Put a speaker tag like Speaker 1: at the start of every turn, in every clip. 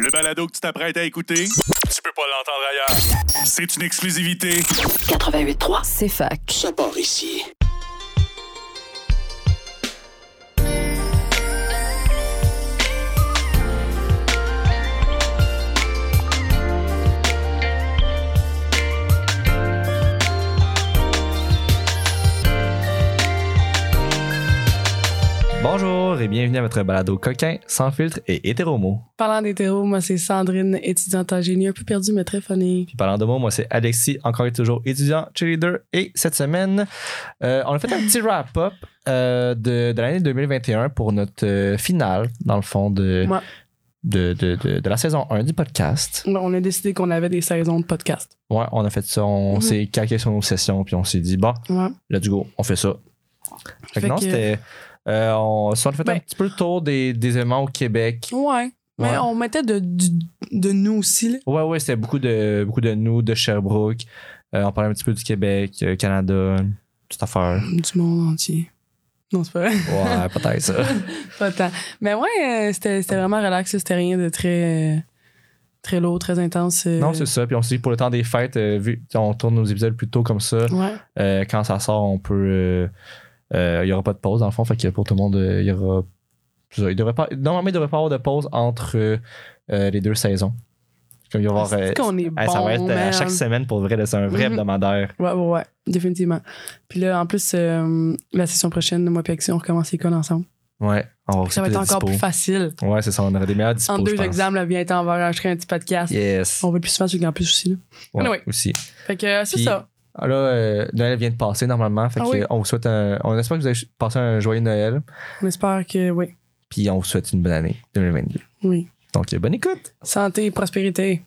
Speaker 1: Le balado que tu t'apprêtes à écouter, tu peux pas l'entendre ailleurs. C'est une exclusivité.
Speaker 2: 88.3, c'est fac.
Speaker 3: Ça part ici.
Speaker 4: Bonjour et bienvenue à votre balado coquin, sans filtre et hétéromo.
Speaker 5: Parlant d'hétéro, moi c'est Sandrine, étudiante en génie, un peu perdue mais très funny.
Speaker 4: Puis parlant de moi, moi c'est Alexis, encore et toujours étudiant, cheerleader. Et cette semaine, euh, on a fait un petit wrap-up euh, de, de l'année 2021 pour notre euh, finale, dans le fond, de,
Speaker 5: Ouais.
Speaker 4: de, de- de- de la saison 1 du podcast.
Speaker 5: Bon, On a décidé qu'on avait des saisons de podcast.
Speaker 4: Ouais, on a fait ça, on
Speaker 5: Mhm.
Speaker 4: s'est calqué sur nos sessions, puis on s'est dit, bon,
Speaker 5: Ouais.
Speaker 4: let's go, on fait ça. Fait, que
Speaker 5: Fait
Speaker 4: non,
Speaker 5: que-
Speaker 4: c'était. euh, on, ça, on a fait un
Speaker 5: Ben-
Speaker 4: petit peu le tour des, des éléments au Québec.
Speaker 5: Ouais. Mais
Speaker 4: Ouais.
Speaker 5: on mettait de, du- de nous aussi. là.
Speaker 4: Ouais, ouais, c'était beaucoup de, beaucoup de nous, de Sherbrooke. Euh, on parlait un petit peu du Québec, euh, Canada, toute affaire.
Speaker 5: Du monde entier. Non, c'est pas vrai.
Speaker 4: Ouais, peut-être ça.
Speaker 5: pas tant. Mais ouais, euh, c'était c'était vraiment relax. là. C'était rien de très, euh, très lourd, très intense. euh.
Speaker 4: Non, c'est ça. Puis on s'est dit pour le temps des fêtes, euh, vu qu'on tourne nos épisodes plus tôt comme ça,
Speaker 5: Ouais.
Speaker 4: euh, quand ça sort, on peut. euh, euh, Il y aura pas de pause dans le fond. Fait que pour tout le monde, euh, il y aura. c'est ça, Il devrait pas, normalement, il devrait pas avoir de pause entre euh, euh, les deux saisons. Comme il va y avoir. euh,
Speaker 5: Ah, C'est qu'on est
Speaker 4: hey, ça
Speaker 5: bon,
Speaker 4: va être euh, à
Speaker 5: man.
Speaker 4: chaque semaine pour vrai, là, c'est un vrai
Speaker 5: Mhm.
Speaker 4: hebdomadaire.
Speaker 5: Ouais, ouais, ouais. Définitivement. Puis là, en plus, euh, la session prochaine, moi et Alexis, on recommence l'école ensemble.
Speaker 4: Ouais, on va
Speaker 5: Ça va
Speaker 4: aussi
Speaker 5: être
Speaker 4: plus
Speaker 5: encore plus
Speaker 4: dispo.
Speaker 5: facile.
Speaker 4: Ouais, c'est ça, on aura des meilleurs dispos.
Speaker 5: En
Speaker 4: je
Speaker 5: deux
Speaker 4: pense.
Speaker 5: examens, là, bien temps, on va enregistrer un petit podcast.
Speaker 4: Yes.
Speaker 5: On va le plus souvent sur le campus aussi. Là.
Speaker 4: Ouais,
Speaker 5: Anyway.
Speaker 4: aussi.
Speaker 5: Fait que euh, c'est
Speaker 4: Puis-
Speaker 5: ça.
Speaker 4: Ah Là, euh, Noël vient de passer normalement. Fait
Speaker 5: Ah
Speaker 4: que,
Speaker 5: oui.
Speaker 4: euh, on vous souhaite un- On espère que vous avez passé un joyeux Noël.
Speaker 5: On espère que oui.
Speaker 4: Puis on vous souhaite une bonne année 2022.
Speaker 5: Oui.
Speaker 4: Donc, euh, bonne écoute.
Speaker 5: Santé et prospérité.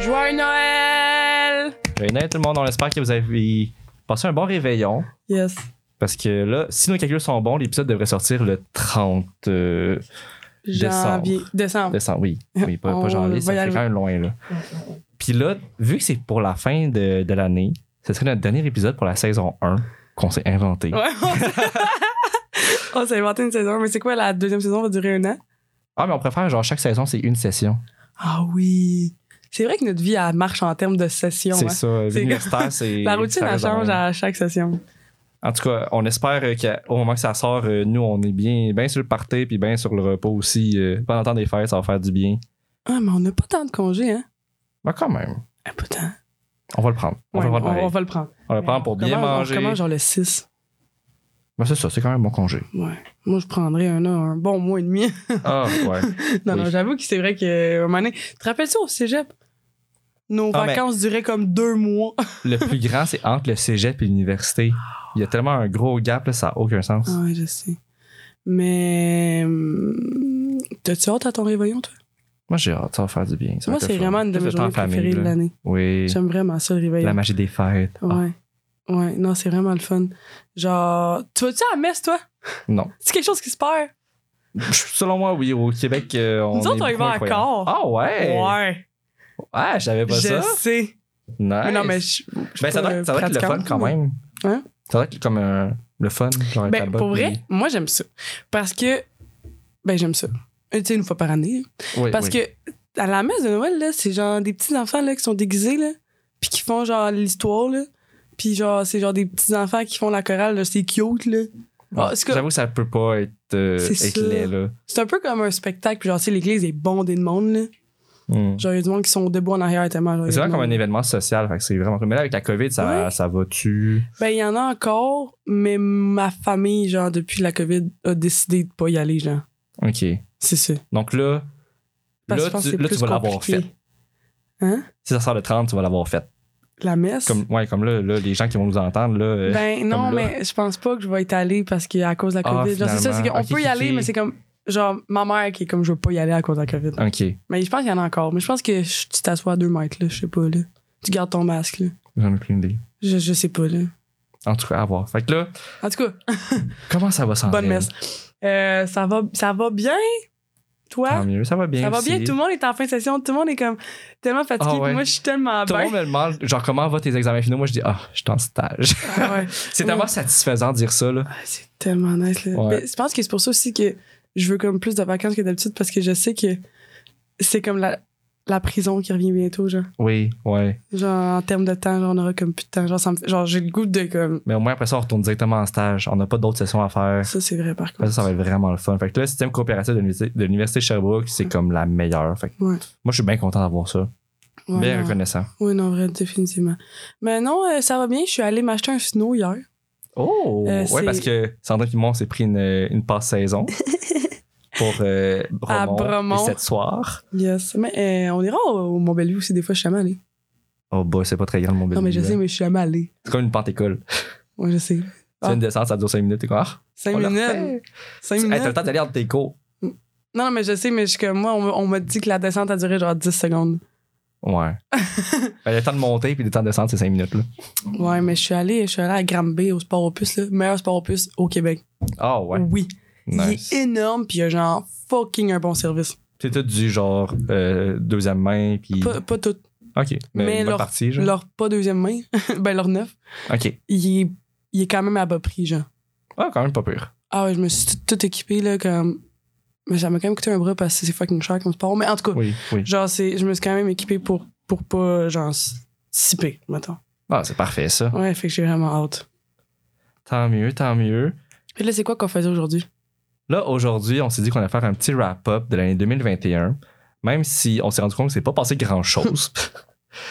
Speaker 5: Joyeux Noël!
Speaker 4: Joyeux Noël tout le monde. On espère que vous avez passé un bon réveillon.
Speaker 5: Yes.
Speaker 4: Parce que là, si nos calculs sont bons, l'épisode devrait sortir le 30 euh,
Speaker 5: Janvier. Décembre.
Speaker 4: décembre. Oui, oui pas, pas
Speaker 5: On
Speaker 4: janvier,
Speaker 5: va
Speaker 4: ça
Speaker 5: y
Speaker 4: fait
Speaker 5: arriver.
Speaker 4: quand même loin. Là. Puis là, vu que c'est pour la fin de, de l'année, ce serait notre dernier épisode pour la saison 1 qu'on s'est inventé.
Speaker 5: Ouais. on s'est- on s'est inventé une saison. Mais c'est quoi, la deuxième saison va durer un an?
Speaker 4: Ah, mais on préfère, genre, chaque saison, c'est une session.
Speaker 5: Ah oui. C'est vrai que notre vie, elle marche en termes de sessions.
Speaker 4: C'est
Speaker 5: hein.
Speaker 4: ça. euh,
Speaker 5: C'est
Speaker 4: L'universitaire, c'est.
Speaker 5: La routine,
Speaker 4: ça
Speaker 5: elle
Speaker 4: reste dans
Speaker 5: change
Speaker 4: le-
Speaker 5: à chaque session.
Speaker 4: En tout cas, on espère euh, qu'au moment que ça sort, euh, nous, on est bien, bien sur le party puis bien sur le repos aussi. euh, pendant le temps des fêtes, ça va faire du bien.
Speaker 5: Ah, mais on n'a pas tant de congés, hein?
Speaker 4: Mais quand même,
Speaker 5: Ah, pas tant.
Speaker 4: on va le prendre. On
Speaker 5: Ouais,
Speaker 4: va le prendre
Speaker 5: on,
Speaker 4: pareil.
Speaker 5: on va le prendre.
Speaker 4: On va le prendre pour bien
Speaker 5: Comment- on
Speaker 4: manger.
Speaker 5: commence genre le 6.
Speaker 4: Ben, c'est ça, c'est quand même un bon congé.
Speaker 5: Ouais. Moi, je prendrais un, an, un bon mois et demi.
Speaker 4: Ah, ouais.
Speaker 5: non,
Speaker 4: Oui.
Speaker 5: non, j'avoue que c'est vrai que, euh, un moment donné- Tu te rappelles-tu au cégep? Nos
Speaker 4: Ah, mais-
Speaker 5: vacances duraient comme deux mois.
Speaker 4: le plus grand, c'est entre le cégep et l'université. Il y a tellement un gros gap, là, ça n'a aucun sens.
Speaker 5: Ah, ouais, je sais. Mais. hum, T'as-tu hâte à ton réveillon, toi?
Speaker 4: Moi, j'ai hâte, ça va faire du bien. Ah, ça va
Speaker 5: Moi,
Speaker 4: être le
Speaker 5: c'est
Speaker 4: fun.
Speaker 5: vraiment une de
Speaker 4: Plus
Speaker 5: mes
Speaker 4: temps en
Speaker 5: journées
Speaker 4: famille,
Speaker 5: préférées de
Speaker 4: là.
Speaker 5: l'année.
Speaker 4: Oui.
Speaker 5: J'aime vraiment ça, le réveillon.
Speaker 4: La magie des fêtes. Ah,
Speaker 5: Ouais. Ouais, non, c'est vraiment le fun. Genre, tu vas-tu à la messe, toi?
Speaker 4: non.
Speaker 5: C'est quelque chose qui se perd?
Speaker 4: Selon moi, oui, au Québec, euh, on.
Speaker 5: Nous autres,
Speaker 4: est
Speaker 5: on y
Speaker 4: beaucoup
Speaker 5: va
Speaker 4: moins croyants.
Speaker 5: encore.
Speaker 4: Ah, ouais.
Speaker 5: Ouais.
Speaker 4: Ah, je savais pas
Speaker 5: je
Speaker 4: ça.
Speaker 5: sais. Mais non, mais je- je
Speaker 4: Ben, ça
Speaker 5: suis
Speaker 4: doit,
Speaker 5: pas,
Speaker 4: être- ça doit être le fun
Speaker 5: pratiquante,
Speaker 4: quand
Speaker 5: mais-
Speaker 4: même.
Speaker 5: Hein?
Speaker 4: Ça doit être comme euh, le fun. Genre
Speaker 5: Ben, pour vrai, moi, j'aime ça. Parce que. Ben, j'aime ça. Euh, Tu sais, une fois par année. Parce que à la messe de Noël, là, c'est genre des petits enfants là, qui sont déguisés, là, puis qui font genre l'histoire, là. Puis genre, c'est genre des petits enfants qui font la chorale, là, c'est cute, là. Ah, c'est que-
Speaker 4: J'avoue, ça peut pas être, euh,
Speaker 5: C'est
Speaker 4: être
Speaker 5: ça.
Speaker 4: laid, là.
Speaker 5: C'est un peu comme un spectacle, puis genre, tu sais, l'église est bondée de monde, là.
Speaker 4: Mm.
Speaker 5: Genre, il y a du monde qui sont debout en arrière tellement. genre, il y
Speaker 4: C'est
Speaker 5: a
Speaker 4: vraiment
Speaker 5: du
Speaker 4: comme un
Speaker 5: monde.
Speaker 4: événement social. fait que C'est vraiment cool. Mais là, avec la COVID, ça,
Speaker 5: Hum. Ouais.
Speaker 4: ça va-tu?
Speaker 5: Ben, il y en a encore, mais ma famille, genre, depuis la COVID, a décidé de pas y aller, genre.
Speaker 4: OK.
Speaker 5: C'est ça.
Speaker 4: Donc là,
Speaker 5: Parce que je
Speaker 4: là,
Speaker 5: pense que
Speaker 4: tu,
Speaker 5: c'est
Speaker 4: là, tu
Speaker 5: plus
Speaker 4: vas l'avoir
Speaker 5: compliqué.
Speaker 4: fait.
Speaker 5: Hein?
Speaker 4: Si ça sort le 30, tu vas l'avoir fait.
Speaker 5: La messe?
Speaker 4: Comme, ouais, comme là, là, les gens qui vont nous entendre, là, euh,
Speaker 5: Ben non,
Speaker 4: là.
Speaker 5: mais je pense pas que je vais y aller parce qu'à cause de la
Speaker 4: Ah,
Speaker 5: COVID. genre, c'est ça, c'est
Speaker 4: finalement.
Speaker 5: qu'on
Speaker 4: Ok,
Speaker 5: peut y
Speaker 4: ok,
Speaker 5: aller,
Speaker 4: ok.
Speaker 5: mais c'est comme. Genre, ma mère qui est comme je veux pas y aller à cause de la COVID.
Speaker 4: OK.
Speaker 5: Mais je pense qu'il y en a encore. Mais je pense que je- tu t'assois à deux mètres, là. Je sais pas, là. Tu gardes ton masque, là.
Speaker 4: J'en ai aucune idée.
Speaker 5: Je, je sais pas, là.
Speaker 4: En tout cas, à voir. Fait que là,
Speaker 5: En tout cas,
Speaker 4: comment ça va s'en
Speaker 5: bonne
Speaker 4: aller?
Speaker 5: messe. Euh, ça, va, ça va bien, Toi?
Speaker 4: Tant mieux, ça va bien.
Speaker 5: Ça va
Speaker 4: aussi.
Speaker 5: bien, tout le monde est en fin de session, tout le monde est comme tellement fatigué,
Speaker 4: Ah
Speaker 5: puis
Speaker 4: ouais.
Speaker 5: moi je suis tellement
Speaker 4: Tout le
Speaker 5: bien.
Speaker 4: monde me demande, genre, comment va tes examens finaux? Moi, je dis, ah, je suis en stage.
Speaker 5: Ah ouais.
Speaker 4: c'est tellement satisfaisant de dire ça, là.
Speaker 5: Ah, c'est tellement nice. Là.
Speaker 4: Ouais.
Speaker 5: Mais je pense que c'est pour ça aussi que je veux comme plus de vacances que d'habitude parce que je sais que c'est comme la, la prison qui revient bientôt, genre.
Speaker 4: Oui. Ouais.
Speaker 5: Genre, en termes de temps, genre, on aura comme plus de temps. Genre, ça me fait- genre j'ai le goût de comme.
Speaker 4: Mais au moins, après ça, on retourne directement en stage. On n'a pas d'autres sessions à faire.
Speaker 5: Ça, c'est vrai, par
Speaker 4: Après
Speaker 5: contre.
Speaker 4: ça, ça va être vraiment le fun. Fait que là, le système coopératif de l'université- de l'Université de Sherbrooke, c'est comme la meilleure. Fait que
Speaker 5: Ouais.
Speaker 4: moi, je suis bien content d'avoir ça.
Speaker 5: Ouais,
Speaker 4: bien
Speaker 5: non.
Speaker 4: reconnaissant.
Speaker 5: Oui, non, vrai, définitivement. Mais non, euh, ça va bien. Je suis allée m'acheter un snow hier.
Speaker 4: Oh!
Speaker 5: Euh,
Speaker 4: ouais,
Speaker 5: c'est-
Speaker 4: parce que Sandrine et moi, on s'est pris une, euh, une passe saison pour euh, Bromont,
Speaker 5: À Bromont.
Speaker 4: et cette soir.
Speaker 5: Yes. Mais euh, on ira au, au Mont-Bellevue aussi. Des fois, je suis jamais allée.
Speaker 4: Oh, bah, c'est pas très grand, mon bébé.
Speaker 5: Non, mais je sais, mais je suis jamais allée.
Speaker 4: C'est comme une pente-école.
Speaker 5: Moi, je sais.
Speaker 4: Tu fais une descente, ça dure 5 minutes, t'es quoi? Ah,
Speaker 5: Cinq
Speaker 4: on l'a
Speaker 5: minutes.
Speaker 4: refait.
Speaker 5: Cinq
Speaker 4: Hey,
Speaker 5: minutes.
Speaker 4: T'as le temps d'aller entre tes cours.
Speaker 5: Non, non, mais je sais, mais je suis comme moi, on, m'a- on m'a dit que la descente a duré genre 10 secondes.
Speaker 4: Ouais. Ben, le temps de monter puis le temps de descendre, c'est 5 minutes. Là.
Speaker 5: Ouais, mais je suis allée, je suis allée à Granby au sport opus, le meilleur sport opus au Québec.
Speaker 4: Ah ouais.
Speaker 5: Oui.
Speaker 4: Nice.
Speaker 5: Il est énorme, puis il y a genre fucking un bon service.
Speaker 4: C'est tout du genre euh, deuxième main puis.
Speaker 5: Pas, pas tout.
Speaker 4: Ok. Mais,
Speaker 5: mais
Speaker 4: une bonne
Speaker 5: leur-
Speaker 4: partie, genre.
Speaker 5: Leur pas deuxième main, ben leur neuf,
Speaker 4: Ok.
Speaker 5: il est, il est quand même à bas prix, genre.
Speaker 4: Ah, quand même pas pire.
Speaker 5: Ah ouais, je me suis tout, tout équipée, là, comme. Mais ça m'a quand même coûté un bras parce que c'est fucking cher comme sport. Mais en tout cas,
Speaker 4: Oui, oui.
Speaker 5: genre, c'est, je me suis quand même équipée pour, pour pas, genre, s- siper, mettons.
Speaker 4: Ah, c'est parfait ça.
Speaker 5: Ouais, fait que j'ai vraiment hâte.
Speaker 4: Tant mieux, tant mieux.
Speaker 5: Puis là, c'est quoi qu'on faisait aujourd'hui?
Speaker 4: Là, aujourd'hui, on s'est dit qu'on allait faire un petit wrap-up de l'année 2021, même si on s'est rendu compte que c'est pas passé grand-chose.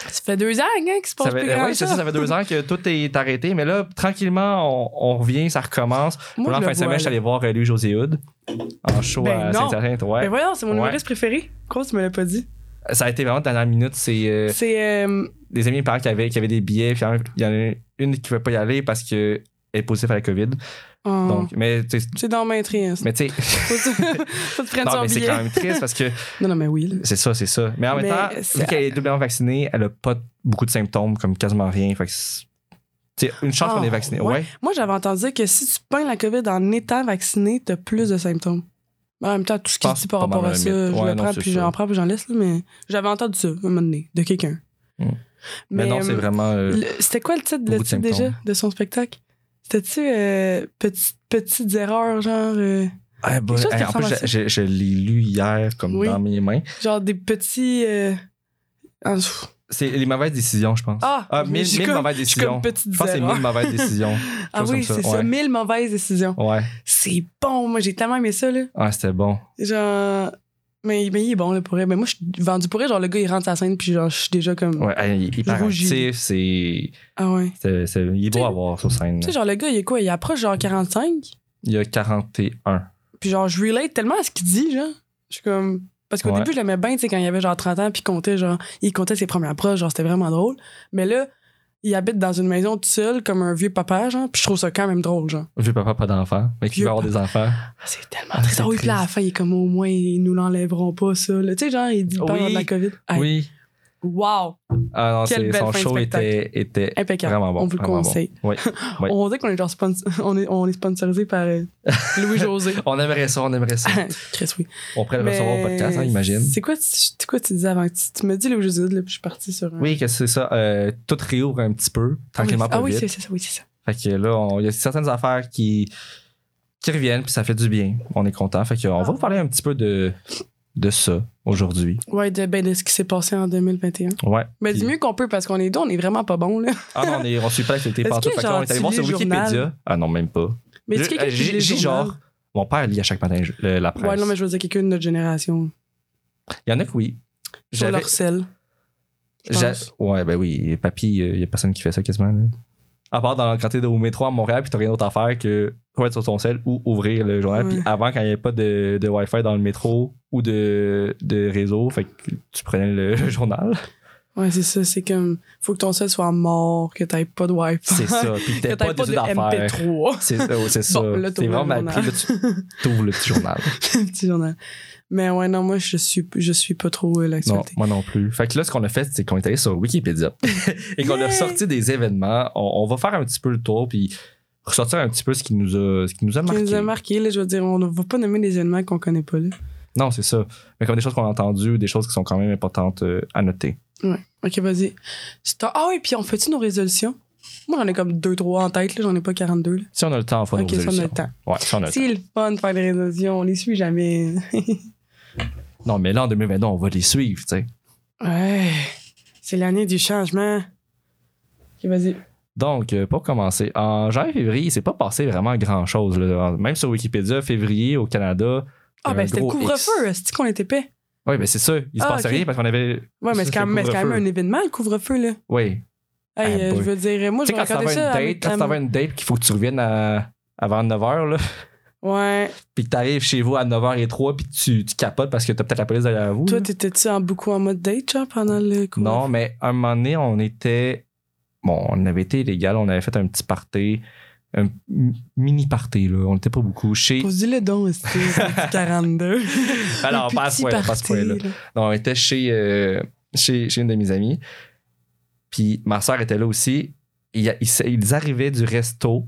Speaker 5: Ça fait deux ans hein, qu'il se passe
Speaker 4: Ça fait,
Speaker 5: plus grand
Speaker 4: oui, c'est ça, ça fait deux ans que tout est arrêté, mais là, tranquillement, on, on revient, ça recommence.
Speaker 5: Moi,
Speaker 4: Là, en
Speaker 5: je
Speaker 4: fin
Speaker 5: le
Speaker 4: de semaine,
Speaker 5: vois,
Speaker 4: je suis
Speaker 5: là.
Speaker 4: allé voir euh, Louis José Hood en show
Speaker 5: Ben
Speaker 4: à
Speaker 5: non.
Speaker 4: Saint-Hyacinthe.
Speaker 5: Mais
Speaker 4: Ouais.
Speaker 5: voyons, c'est mon
Speaker 4: Ouais.
Speaker 5: humoriste préféré. Quoi, tu me l'as pas dit?
Speaker 4: Ça a été vraiment de dernière minute. C'est euh,
Speaker 5: C'est... euh,
Speaker 4: des amis parents qui avaient, qui avaient des billets, puis il y en a une qui ne veut pas y aller parce qu'elle est positive à la COVID.
Speaker 5: oh,
Speaker 4: Donc, mais tu sais,
Speaker 5: C'est dans ma triste.
Speaker 4: mais tu sais,
Speaker 5: Faut que tu- faut que tu prennes
Speaker 4: non,
Speaker 5: son
Speaker 4: mais c'est
Speaker 5: billet.
Speaker 4: quand même triste parce que
Speaker 5: Non, non, mais oui. là.
Speaker 4: c'est ça, c'est ça. Mais en
Speaker 5: Mais
Speaker 4: même temps,
Speaker 5: c'est-
Speaker 4: vu qu'elle est doublement vaccinée, elle a pas beaucoup de symptômes, comme quasiment rien. Fait que c'est tu sais, une chance
Speaker 5: Ah,
Speaker 4: qu'on est vacciné.
Speaker 5: ouais.
Speaker 4: Ouais.
Speaker 5: Moi, j'avais entendu dire que si tu peins la COVID en étant vacciné, t'as plus de symptômes. Mais en même temps, tout ce
Speaker 4: Je
Speaker 5: qui
Speaker 4: pense
Speaker 5: dit par
Speaker 4: pas mal
Speaker 5: rapport
Speaker 4: à
Speaker 5: à
Speaker 4: la
Speaker 5: ça, je
Speaker 4: limite. Ouais,
Speaker 5: le
Speaker 4: non,
Speaker 5: prends,
Speaker 4: c'est
Speaker 5: puis
Speaker 4: ça.
Speaker 5: j'en prends, puis j'en laisse. là, mais j'avais entendu ça, à un moment donné, de quelqu'un.
Speaker 4: Hmm. Mais, non, c'est vraiment. euh,
Speaker 5: hum, Le- C'était quoi le titre, le
Speaker 4: beaucoup de
Speaker 5: titre déjà
Speaker 4: symptômes.
Speaker 5: de son spectacle? C'était-tu euh, Petit- Petites erreurs, genre... euh,
Speaker 4: ah, bah,
Speaker 5: chose qui
Speaker 4: hey, en
Speaker 5: ressemble
Speaker 4: plus,
Speaker 5: à ça.
Speaker 4: je, je- je l'ai lu hier, comme
Speaker 5: Oui.
Speaker 4: dans mes mains.
Speaker 5: Genre des petits. euh, en- pff,
Speaker 4: C'est les mauvaises décisions, je pense.
Speaker 5: Ah,
Speaker 4: mille,
Speaker 5: je suis
Speaker 4: mille
Speaker 5: comme-
Speaker 4: mauvaises
Speaker 5: je suis
Speaker 4: décisions.
Speaker 5: comme petite hein.
Speaker 4: Je pense que c'est mille mauvaises décisions.
Speaker 5: Ah
Speaker 4: chose
Speaker 5: oui,
Speaker 4: comme ça,
Speaker 5: c'est ça,
Speaker 4: ouais.
Speaker 5: mille mauvaises décisions.
Speaker 4: Ouais.
Speaker 5: C'est bon, moi j'ai tellement aimé ça, là.
Speaker 4: Ah, c'était bon.
Speaker 5: Genre. Mais, mais il est bon, là, pour vrai. Mais moi, je suis vendu pour vrai. Genre, le gars, il rentre sa scène, puis genre, je suis déjà comme.
Speaker 4: Ouais, hey, il est hyper
Speaker 5: Rougis.
Speaker 4: actif. C'est,
Speaker 5: Ah ouais.
Speaker 4: c'est- c'est- il est
Speaker 5: Tu-
Speaker 4: beau à voir sur scène.
Speaker 5: Tu sais, genre, le gars, il est quoi Il approche genre 45,
Speaker 4: Il y a 41.
Speaker 5: puis genre, je relate tellement à ce qu'il dit, genre. Je suis comme. Parce qu'au
Speaker 4: Ouais.
Speaker 5: début, je l'aimais bien, tu sais, quand il avait genre 30 ans, puis il comptait, genre, il comptait ses premières proches, genre, c'était vraiment drôle. Mais là, il habite dans une maison tout seul, comme un vieux papa, genre, puis je trouve ça quand même drôle, genre.
Speaker 4: Vieux papa, pas d'enfant, mais qui
Speaker 5: Vieux
Speaker 4: veut avoir des enfants.
Speaker 5: Ah, C'est
Speaker 4: Ah,
Speaker 5: tellement triste.
Speaker 4: c'est
Speaker 5: Ah oui, puis là, à la
Speaker 4: triste.
Speaker 5: fin, il est comme au moins, ils nous l'enlèveront pas, ça. là. Tu sais, genre, il dit pas
Speaker 4: Oui.
Speaker 5: de la COVID. Hey,
Speaker 4: Oui.
Speaker 5: Wow!
Speaker 4: Ah non,
Speaker 5: Quelle
Speaker 4: c'est-
Speaker 5: belle
Speaker 4: son
Speaker 5: fin de
Speaker 4: show
Speaker 5: spectacle.
Speaker 4: était, était
Speaker 5: Impeccable.
Speaker 4: vraiment bon.
Speaker 5: on vous le
Speaker 4: vraiment bon.
Speaker 5: conseille.
Speaker 4: Oui, oui.
Speaker 5: On dit qu'on est genre sponsor... on, est, on est sponsorisé par euh, Louis-José.
Speaker 4: On aimerait ça, on aimerait ça.
Speaker 5: Chris, oui.
Speaker 4: On pourrait le
Speaker 5: Mais
Speaker 4: recevoir au podcast, hein, imagine.
Speaker 5: C'est quoi, tu- c'est quoi tu disais avant? Tu, tu me dis Louis-José, là, puis je suis partie sur un...
Speaker 4: Oui, que c'est ça. euh, tout réouvre un petit peu, tranquillement,
Speaker 5: Ah
Speaker 4: pas
Speaker 5: oui,
Speaker 4: vite.
Speaker 5: c'est c'est ça, oui, c'est ça.
Speaker 4: Fait que là, on- il y a certaines affaires qui, qui reviennent, puis ça fait du bien. On est content. Fait que on va vous parler un petit peu de, de ça aujourd'hui.
Speaker 5: Ouais, de, ben, de ce qui s'est passé en 2021.
Speaker 4: Ouais.
Speaker 5: Mais
Speaker 4: Puis-
Speaker 5: dis mieux qu'on peut, parce qu'on est deux, on est vraiment pas bon là.
Speaker 4: Ah non, on, est, on suit pas l'actualité
Speaker 5: Est-ce
Speaker 4: partout.
Speaker 5: que,
Speaker 4: Fait que
Speaker 5: genre,
Speaker 4: là, on est allé
Speaker 5: tu
Speaker 4: voir
Speaker 5: lis
Speaker 4: sur
Speaker 5: le journal?
Speaker 4: Wikipédia. Ah non, même pas.
Speaker 5: Mais est-ce
Speaker 4: Je-
Speaker 5: qu'il y a quelqu'un qui
Speaker 4: j'ai-
Speaker 5: lit
Speaker 4: j'ai
Speaker 5: le journal?
Speaker 4: genre. Mon père lit à chaque matin le- la presse.
Speaker 5: Ouais, non, mais je veux dire quelqu'un de notre génération.
Speaker 4: Il y en a que oui.
Speaker 5: Sur
Speaker 4: J'avais-
Speaker 5: leur sel. je
Speaker 4: j'a-
Speaker 5: pense.
Speaker 4: Ouais, ben oui. Papy, euh, il y a personne qui fait ça quasiment. là. À part dans, quand t'es au métro à Montréal, puis t'as rien d'autre à faire que être sur ton sel ou ouvrir le journal.
Speaker 5: Ouais.
Speaker 4: Puis avant, quand il n'y avait pas de, de Wi-Fi dans le métro ou de, de réseau, fait que tu prenais le, le journal.
Speaker 5: Ouais, c'est ça. C'est comme, faut que ton sel soit mort, que t'aies pas de Wi-Fi.
Speaker 4: C'est ça. Puis
Speaker 5: que
Speaker 4: t'as pas,
Speaker 5: de
Speaker 4: de d'affaires.
Speaker 5: MP3.
Speaker 4: C'est ça. ouais, C'est ça.
Speaker 5: Bon, là,
Speaker 4: T'es
Speaker 5: t'ouvres
Speaker 4: vraiment
Speaker 5: le
Speaker 4: mal pris.
Speaker 5: journal.
Speaker 4: Là, tu t'ouvres le petit journal.
Speaker 5: Petit journal. Mais ouais, non, moi, je suis, je suis pas trop euh,
Speaker 4: Non,
Speaker 5: l'actualité.
Speaker 4: moi non plus. Fait que là, ce qu'on a fait, c'est qu'on est allé sur Wikipédia et qu'on
Speaker 5: Yay!
Speaker 4: a sorti des événements. On, on va faire un petit peu le tour puis ressortir un petit peu ce qui nous a, ce qui nous a
Speaker 5: Qui
Speaker 4: marqué.
Speaker 5: nous a marqué, là, je veux dire, on va pas nommer des événements qu'on connaît pas, là.
Speaker 4: Non, c'est ça. Mais comme des choses qu'on a entendues, des choses qui sont quand même importantes euh, à noter.
Speaker 5: Ok, vas-y. C'est un- Ah oui, puis on fait-tu nos résolutions? Moi, j'en ai comme 2-3 en tête, là. J'en ai pas 42. Là.
Speaker 4: Si on a le temps, on fera
Speaker 5: Ok,
Speaker 4: nos
Speaker 5: ça, on a
Speaker 4: résolutions.
Speaker 5: le temps.
Speaker 4: Ouais, si on a le temps.
Speaker 5: C'est le fun de faire des résolutions. On les suit jamais.
Speaker 4: Non, mais là, en 2022, on va les suivre, tu sais.
Speaker 5: ouais. C'est l'année du changement. Ok, vas-y.
Speaker 4: Donc, euh, pour commencer, en janvier-février, il s'est pas passé vraiment grand-chose. là. Même sur Wikipédia, février au Canada. il y
Speaker 5: Ah,
Speaker 4: a un
Speaker 5: ben, c'était le
Speaker 4: gros
Speaker 5: couvre-feu.
Speaker 4: X.
Speaker 5: Est-ce qu'on était paix?
Speaker 4: Oui, ben c'est ça. Il se
Speaker 5: Ah,
Speaker 4: passait
Speaker 5: ok.
Speaker 4: rien parce qu'on avait.
Speaker 5: Ouais, mais
Speaker 4: Ça,
Speaker 5: c'est quand,
Speaker 4: c'est le
Speaker 5: même- c'est quand même
Speaker 4: couvre-feu.
Speaker 5: un événement, le couvre-feu, là.
Speaker 4: Oui.
Speaker 5: Hey,
Speaker 4: Ah,
Speaker 5: euh,
Speaker 4: boy.
Speaker 5: je veux dire, moi,
Speaker 4: Tu
Speaker 5: je
Speaker 4: sais, quand
Speaker 5: vais
Speaker 4: ça
Speaker 5: regarder
Speaker 4: va une
Speaker 5: ça.
Speaker 4: date,
Speaker 5: avec
Speaker 4: quand
Speaker 5: la-
Speaker 4: t'avais une date, qu'il faut que tu reviennes à- avant 9h, là,
Speaker 5: Ouais.
Speaker 4: puis que t'arrives chez vous à 9h03, puis tu, tu capotes parce que t'as peut-être la police derrière vous.
Speaker 5: Toi,
Speaker 4: là.
Speaker 5: t'étais-tu en beaucoup en mode date, genre, pendant le couvre-feu?
Speaker 4: non, mais à un moment donné, on était. Bon, on avait été illégal, on avait fait un petit party, un m- mini party, là. On était pas beaucoup. Chez.
Speaker 5: Pose-lui le don, c'était 42.
Speaker 4: Alors,
Speaker 5: Le
Speaker 4: pas à ce
Speaker 5: petit
Speaker 4: point-là, pas à ce
Speaker 5: party,
Speaker 4: point-là.
Speaker 5: là.
Speaker 4: Non, on était chez, euh, chez, chez une de mes amies. Puis ma soeur était là aussi. Il y a- ils, s- ils arrivaient du resto.